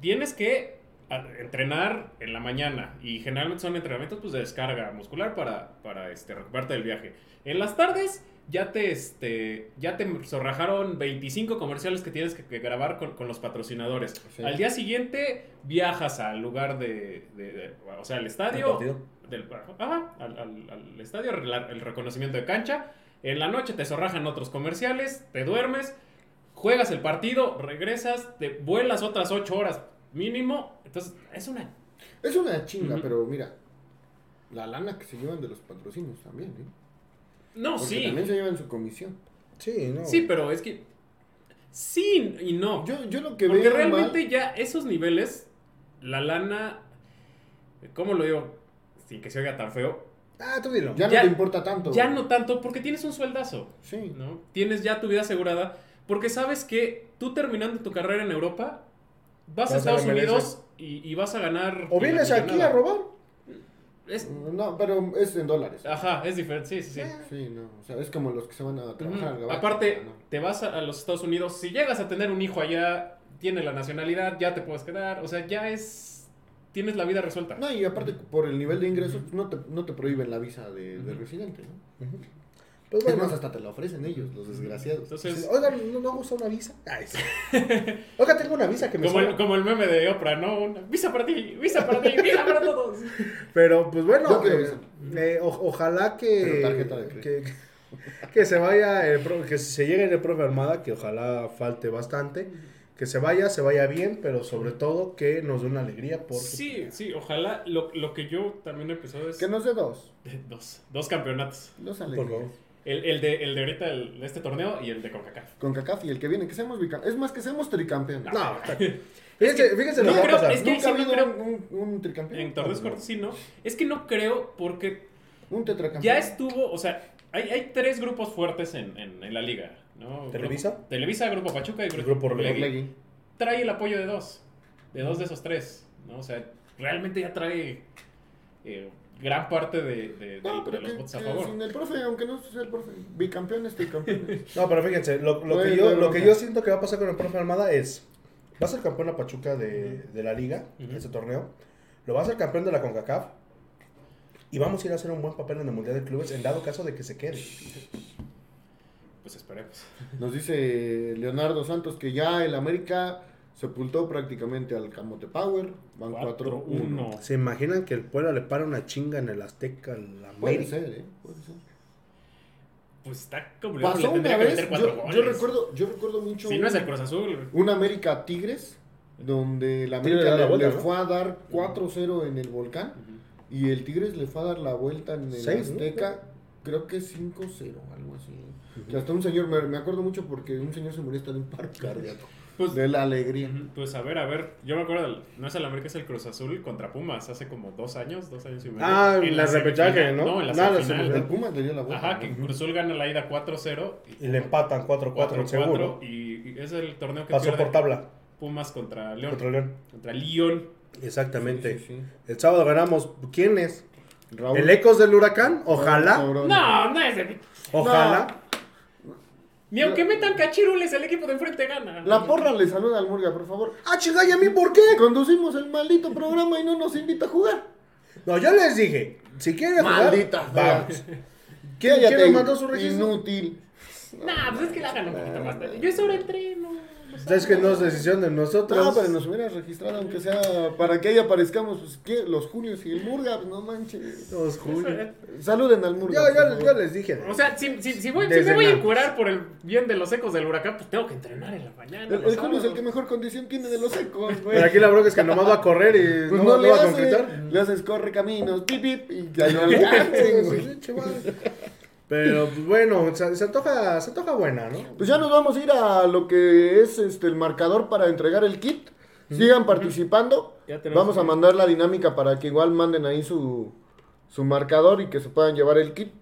Tienes que a- entrenar en la mañana. Y generalmente son entrenamientos pues, de descarga muscular para, para este, recuperarte del viaje. En las tardes. Ya te, este, ya te zorrajaron 25 comerciales que tienes que, que grabar con, con los patrocinadores. Sí. Al día siguiente viajas al lugar de, de- de- o sea, al estadio, del, ajá, al, al- al estadio, la- el reconocimiento de cancha. En la noche te zorrajan otros comerciales, te duermes, juegas el partido, regresas, te vuelas otras ocho horas mínimo. Entonces, es una. Es una chinga, Ujú. pero mira. La lana que se llevan de los patrocinios también, ¿eh? No, Porque Ah, sí. también se llevan su comisión. Sí, no. Sí, pero es que. Sí y no. Yo, yo lo que Porque veo realmente mal- ya esos niveles, la lana. ¿Cómo lo digo? Sin que se oiga tan feo. Ah, tú dilo. ya no ya- te importa tanto. Ya güey. no tanto, porque tienes un sueldazo. Sí. ¿no? Tienes ya tu vida asegurada porque sabes que tú terminando tu carrera en Europa Vas a No se lo Estados merece. Unidos y, y vas a ganar. O vienes la aquí millonada. a robar. Es- No, pero es en dólares. ajá, es diferente, sí, Ah, sí, sí. Sí, no. O sea, es como los que se van a trabajar al Ujú. gabacho, Aparte, ¿no? te vas a, a los Estados Unidos. Si llegas a tener un hijo allá, tiene la nacionalidad, ya te puedes quedar. O sea, ya es. Tienes la vida resuelta. No, y aparte, por el nivel de ingresos, pues, no te, no te prohíben la visa de, de residente, ¿no? Pues Es bueno, más, hasta te la ofrecen ellos, los desgraciados. Entonces, oigan, ¿no, no gusta una visa? Ay, sí. Oiga, tengo una visa que me como el, sobra. como el meme de Oprah, ¿no? Una, visa para ti, visa para ti, visa para todos. Pero pues bueno, Yo quiero eh, visa. eh, o- ojalá que, Pero tarjeta de que, crédito. que se vaya, el pro- que se llegue el profe Armada, que ojalá falte bastante. Que se vaya, se vaya bien, pero sobre todo que nos dé una alegría. Porque... Sí, sí, ojalá. Lo, lo que yo también he pensado es. Que no sé dos. Dos, dos campeonatos. Dos Por favor. alegrías. El, el de, el de ahorita, el de este torneo y el de CONCACAF. Con Cacaf y el que viene, que seamos bicam- Es más, que seamos tricampeones. No, está- fíjense, fíjense lo que no va a creo- pasar. es que ahí Nunca ha sí no habido creo- un, un, un tricampeón. En torneos cortos sí, ¿no? Es que no creo porque Un tetracampeón. ya estuvo, o sea, hay, hay tres grupos fuertes en, en- en la liga, ¿no? ¿Televisa? Grupo- Televisa, Grupo Pachuca y Grupo, Grupo Orlegui. Orlegui. Trae el apoyo de dos, de dos de esos tres, ¿no? O sea, realmente ya trae eh, gran parte de, de- de- No, de pero los que, votos a que favor. sin el profe, aunque no sea el profe, bicampeones, tricampeones. No, pero fíjense, lo, lo No que hay- no yo, hay lo que bronca. yo siento que va a pasar con el profe Armada es, va a ser campeón la Pachuca de, de la liga, Ujú. ese torneo, lo va a ser campeón de la CONCACAF y vamos a ir a hacer un buen papel en el Mundial de Clubes en dado caso de que se quede. Pues esperemos. Nos dice Leonardo Santos que ya el América sepultó prácticamente al Camote Power. Van 4-1. 4-1. ¿Se imaginan que el pueblo le para una chinga en el Azteca al Puede América? ser, ¿eh? Puede ser. Pues está complicado. Pasó le una tendría que vez, meter cuatro yo, goles. yo recuerdo, yo recuerdo mucho Si no es el Cruz Azul. un América Tigres, donde el Tigres América le da le, la vuelta, le ¿no? fue a dar 4-0 en el volcán y el Tigres le fue a dar la vuelta en el Seis, ¿no? Azteca, creo que 5-0, algo así. Que hasta un señor, me, me acuerdo mucho porque un señor se murió hasta de un paro cardíaco. Pues- de la alegría. Ujú, Pues a ver, a ver, yo me acuerdo, del- no es el América, es el Cruz Azul contra Pumas, hace como dos años, dos años y medio. Ah, en la semifinal. repechaje, ¿no? No, en la No, en la semifinal. Pues, El Pumas le dio la vuelta. Ajá, ¿no? que Cruz Azul gana la ida 4-0 Y le empatan 4-4 en 4-4 seguro. y y es el torneo que Pasó pierde por tabla Pumas contra León. contra León. Contra León. Exactamente. Sí, sí, El sábado ganamos. ¿Quién es? sí. Raúl. ¿El Ecos del Huracán? Ojalá. Cabrón. No, no es el... Ojalá. Ni aunque metan cachirules, el equipo de enfrente gana. La porra le saluda al Murga, por favor. Ah, chinga, ¿y a mí por qué? Conducimos el maldito programa y no nos invita a jugar. No, yo les dije, si quieren jugar, Maldita sea. vamos. ¿Quién, quién Cállate, nos mandó su registro? Inútil. Nah, pues es que la hagan un poquito más tarde. Yo es sobre el tren, no, no sé. Sabes que no es decisión de nosotros. No, pero nos hubieras registrado, aunque sea para que ahí aparezcamos, pues, ¿qué? Los Julios y el Murga, pues, no manches. Nos Julio. Saluden al Yo, Murga. por yo, favor. yo les dije. O sea, si, si, si voy, si Desde me voy a nada. curar por el bien de los ecos del huracán, pues tengo que entrenar en la mañana. El, los el Julio es el sábados. que mejor condición tiene de los secos, güey. pero aquí la bronca es que nomás va a correr y Pues no, no, no le va a haces, concretar. le haces corre caminos, pip, pip, y ya no alcancen, güey. Pues, Pero pues, bueno, se, se antoja, se antoja buena, ¿no? Pues ya nos vamos a ir a lo que es este el marcador para entregar el kit. Sigan participando. Ya tenemos Vamos a que- mandar la dinámica para que igual manden ahí su, su marcador y que se puedan llevar el kit.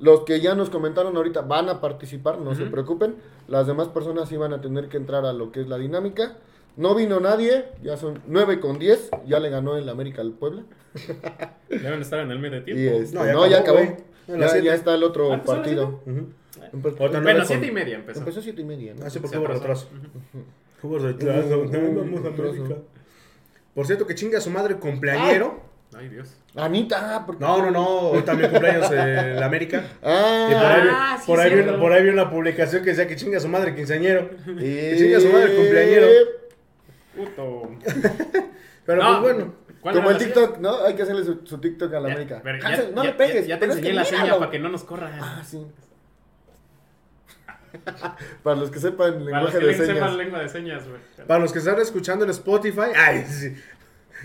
Los que ya nos comentaron ahorita van a participar, no se preocupen. Las demás personas sí van a tener que entrar a lo que es la dinámica. No vino nadie, ya son 9 con 10, ya le ganó el América al Puebla. Deben estar en el medio de Y tiempo. este, No, no, ya ya, acabó. acabó, güey. A las Ya, siete. ya está el otro Ah, ¿empezó a las partido. Empezó- Ahorita no Bueno, ves siete con- y media empezó. Empezó siete y media. ¿no? Ah, sí, porque Se hubo atrasó. retraso. Hubo retraso. Ujú. no, vamos a Retraso. América. Por cierto, que chinga a su madre cumpleañero. Ay, Dios. Anita, ah, porque... No, no, no. Ahorita mi cumpleaños eh, en América. Y por Ah, ahí, vi- Ah, sí, por, ahí vi cierto. una, por ahí vi una publicación que decía que chinga a su madre quinceañero. eh, chinga su madre, el cumpleañero. Puto. Pero No, pues bueno. ¿cuál Como era el la TikTok, ¿no? Hay que hacerle su, su TikTok a la seña? América. Ya, pero Hansel, ya- no ya- le pegues. Ya, ya te pero es enseñé que la seña míralo. para que no nos corran. Ah, sí. Para los que sepan el para los lenguaje que de le sepan señas. lengua de señas, güey. Para los que están escuchando en Spotify, ay, sí.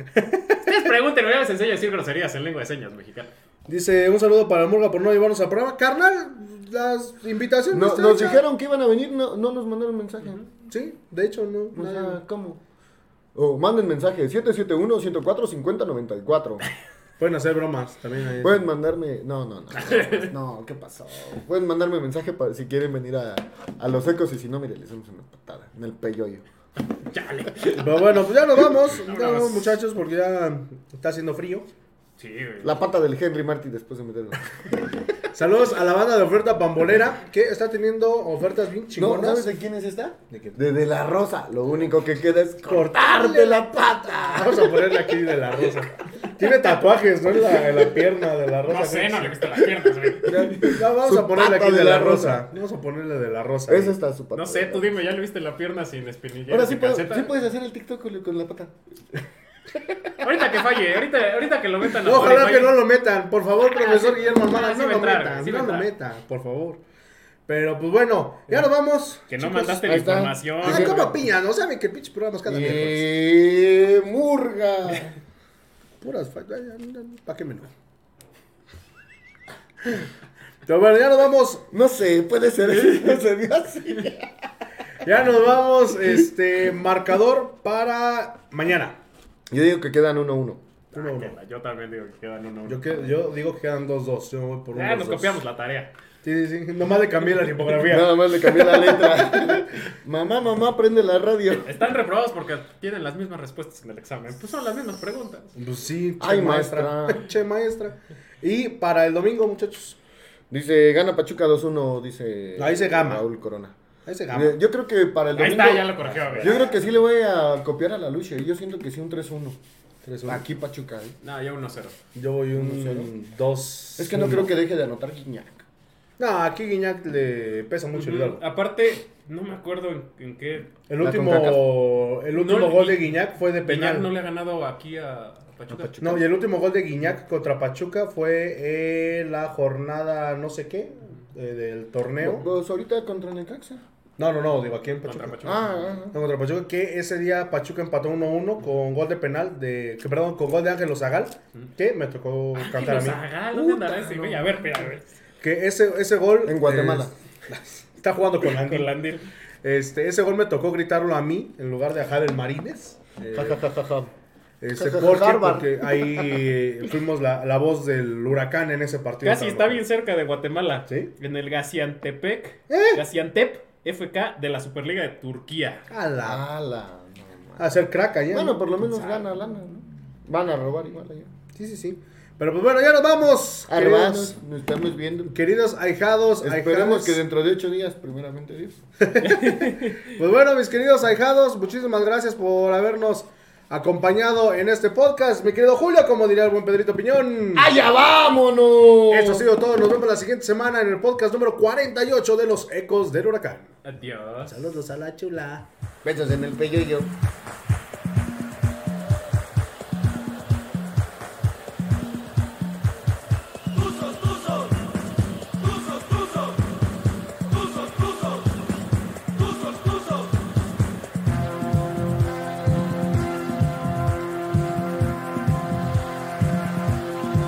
Ustedes pregúntenme, yo les enseño a decir groserías en lengua de señas mexicana. dice un saludo para Murga por no llevarnos a prueba. Carnal, las invitaciones. No, están nos hechas. dijeron que iban a venir, no, no nos mandaron mensaje. Sí, de hecho, no. O sea, nadie- ¿cómo? O manden mensaje 771-104-5094. Pueden hacer bromas también. ahí. Pueden mandarme. No, no, no. No, no, ¿qué pasó? Pueden mandarme mensaje para, si quieren venir a, a los ecos y si no, mire, les damos una patada en el peyoyo. Chale. Pero bueno, pues ya nos vamos. Ya nos Vámonos. vamos, muchachos, porque ya está haciendo frío. Sí, güey. La pata del Henry Martin después de meterlo. Saludos a la banda de oferta pambolera que está teniendo ofertas bien ¿No chingonas. sabes de quién es esta? ¿De qué? De De La Rosa. Lo único que queda es Cortarle cortarte la pata. Vamos a ponerle aquí de la rosa. Tiene tatuajes, ¿no? En la, en la pierna de la rosa. No sé, no le viste las piernas, güey. Ya, vamos Su a ponerle pata aquí de de la la rosa. Vamos a ponerle de la rosa. Esa está su pata. No sé, tú dime, ya le viste la pierna sin espinilla. Ahora sí, sin puedo, calceta? sí puedes hacer el TikTok con, con la pata. Ahorita que falle, ahorita, ahorita que lo metan a No, ojalá Spotify. que no lo metan, por favor, profesor Guillermo Almada, Ah, sí no va lo a entrar, metan, sí va no a lo entrar. metan, por favor. Pero pues bueno, ya nos vamos. Que no chicos. mandaste la ahí está. información. Ah, como piña, no saben que pinche programas cada miércoles. Eh, murga. Puras fallas, ¿para qué me no? Pero bueno, ya nos vamos, No sé, puede ser. ¿Eh? No se vio así. ya nos vamos, este, marcador para mañana. Yo digo que quedan 1-1. Uno, Ah, uno. que la- Yo también digo que quedan uno. Yo, que- yo digo que quedan 2-2, yo me voy por uno. Ya nos copiamos la tarea. Sí, sí, sí, nomás le cambié la tipografía. Nada más le cambié la letra. mamá, mamá, prende la radio. Están reprobados porque tienen las mismas respuestas en el examen. Pues son las mismas preguntas. Pues sí, che Ay, maestra. Che maestra. Y para el domingo, muchachos. Dice, gana Pachuca 2-1, dice. Ahí se gama. Raúl Corona. Ahí se gama. Eh, Yo creo que para el Ahí domingo. está, ya lo corrigió, güey. Yo creo que sí le voy a copiar a la lucha. ¿eh? Yo siento que sí un 3-1. 3-1. Aquí Pachuca. ¿eh? No, ya 1-0. Yo voy Uno cero. un 2. Es que no creo que deje de anotar Guiñac. No, aquí Guiñac le pesa mucho el Ujú. hidalgo. Aparte, no me acuerdo en, en qué. El La último, el último No, gol de Gui- Guiñac fue de Peñar penal. no No, le ha ganado aquí a Pachuca. A Pachuca. y el último gol de Guiñac contra Pachuca fue en la jornada no sé qué eh, del torneo. Pues ahorita contra Necaxa. No, no, no, digo aquí en Pachuca. Contra Pachuca. Ah, ah, No, contra Pachuca, que ese día Pachuca empató 1-1 con gol de penal de, que perdón, con gol de Ángel Ozagal, que me tocó Ángel cantar a mí. Ozaga, ¿dónde Puta, andará ese no. güey? A ver, espera, a ver. Que ese, ese gol. ah. En Guatemala. es- está jugando con Ángel. Con Landil. Este, ese gol me tocó gritarlo a mí en lugar de a Javier Marínez. Eh, Ja, ja, ja, ja, ja. este, Ja, ja, ja, porque, Harvard. porque ahí eh, fuimos la, la voz del huracán en ese partido. Casi está bien cerca de Guatemala. ¿Sí? En el Gaziantepec. ¿Eh? Gaziantep FK de la Superliga de Turquía. A la- Ah, la mamá. a hacer crack allá. Bueno, ¿no? por lo menos gana lana, ¿no? Van a robar igual allá. Sí, sí, sí. Pero pues bueno, ya nos vamos. Armados, Queridos, nos estamos viendo. queridos ahijados, Esperemos ahijados. que dentro de ocho días, primeramente Dios. Pues bueno, mis queridos ahijados, muchísimas gracias por habernos acompañado en este podcast. Mi querido Julio, como diría el buen Pedrito Piñón. ¡Allá vámonos! Esto ha sido todo. Nos vemos la siguiente semana en el podcast número 48 de los Ecos del Huracán. Adiós. Saludos a la chula. Besos en el peyoyo.